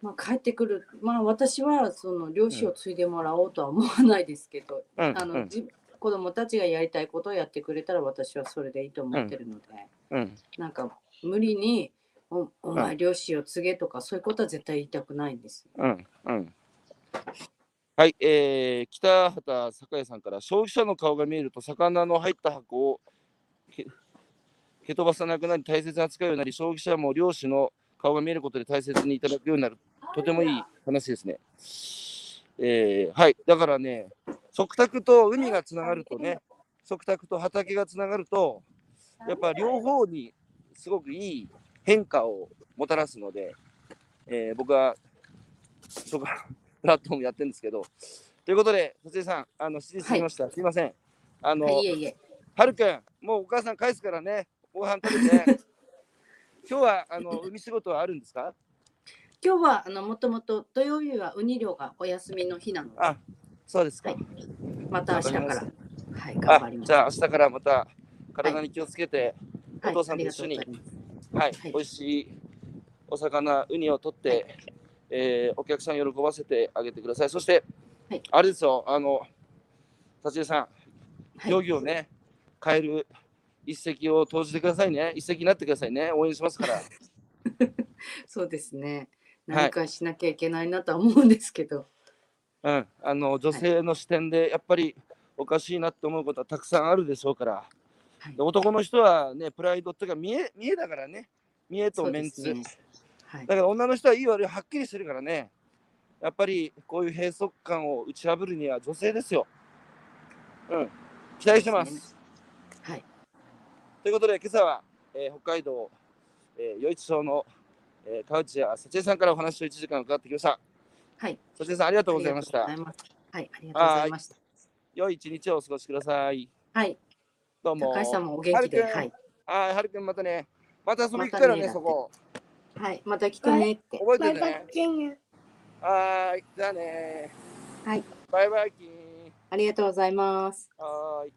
S2: まあ、帰ってくる、まあ、私は、その漁師を継いでもらおうとは思わないですけど。
S1: うん
S2: あ
S1: う
S2: の、
S1: ん
S2: じ子供たちがやりたいことをやってくれたら私はそれでいいと思ってるので、
S1: うん
S2: なんか無理にお「お
S1: う
S2: 前漁師を告げ」とかそういうことは絶対言いたくないんです。
S1: うんうんはい、えー、北畑酒屋さんから消費者の顔が見えると魚の入った箱を蹴飛ばさなくなり大切に扱うようになり消費者も漁師の顔が見えることで大切にいただくようになるとてもいい話ですね。えーはいだからね食卓と海がつながるとね食卓と畑がつながるとやっぱ両方にすごくいい変化をもたらすので、えー僕はそこはプラットフォームやってるんですけど。ということで、松井さん、あの失礼しました。すいません。あの、
S2: はい、いえいえ。
S1: はるくん、もうお母さん返すからね、ご飯食べ て。今日はあの海仕事はあるんですか？
S2: 今日はあのもともと土曜日はウニ漁がお休みの日なので、
S1: あ、そうですか。
S2: はいまた明日か
S1: わ
S2: ら
S1: かり、
S2: はい、頑張り
S1: あ、じ
S2: ます。
S1: ゃあ明日からまた体に気をつけて、
S2: は
S1: お父さんと一緒に
S2: ありがとうございます
S1: はい、
S2: はい
S1: 美味しいお魚ウニを取って、えーお客さん喜ばせてあげてください。そして、
S2: はい
S1: あれですよ、あの達江さ
S2: は
S1: ん、
S2: い
S1: 漁業ね、変える一石を投じてくださいね。一石になってくださいね。応援しますから。
S2: そうですね。
S1: はい
S2: 何かしなきゃいけないなとは思うんですけど、
S1: うん、あの女性の視点でやっぱりおかしいなって思うことはたくさんあるでしょうから、
S2: はい
S1: で男の人はねプライドっていうか見え見えだからね見えと
S2: そう
S1: メ
S2: で
S1: ンツ、
S2: すね。はい
S1: だ、から女の人はいい悪いはっきりしてるからねやっぱりこういう閉塞感を打ち破るには女性ですようん期待してます
S2: そうですはい、
S1: ということで今朝は、えー北海道、えー、余市町の、えー、川内や幸江さんからお話を1時間伺ってきました
S2: はい、
S1: 幸江さんありが
S2: あ
S1: とうございまし
S2: り
S1: た
S2: がとうございますはい、ありがとうございました。
S1: 良い一日をお過ごしください
S2: はい、
S1: どうも
S2: 高橋さんもお元気で、
S1: はるくん
S2: はい、
S1: はい、はるくんまたね。また遊びに行くからね、
S2: またね
S1: そこ。
S2: はい、また来てねって。
S1: 覚え
S3: ま
S1: て
S3: た
S1: ね。
S3: 来年。
S1: はーい、じゃあね。
S2: はい。
S1: バイバイキン。
S2: ありがとうございます。
S1: はーい。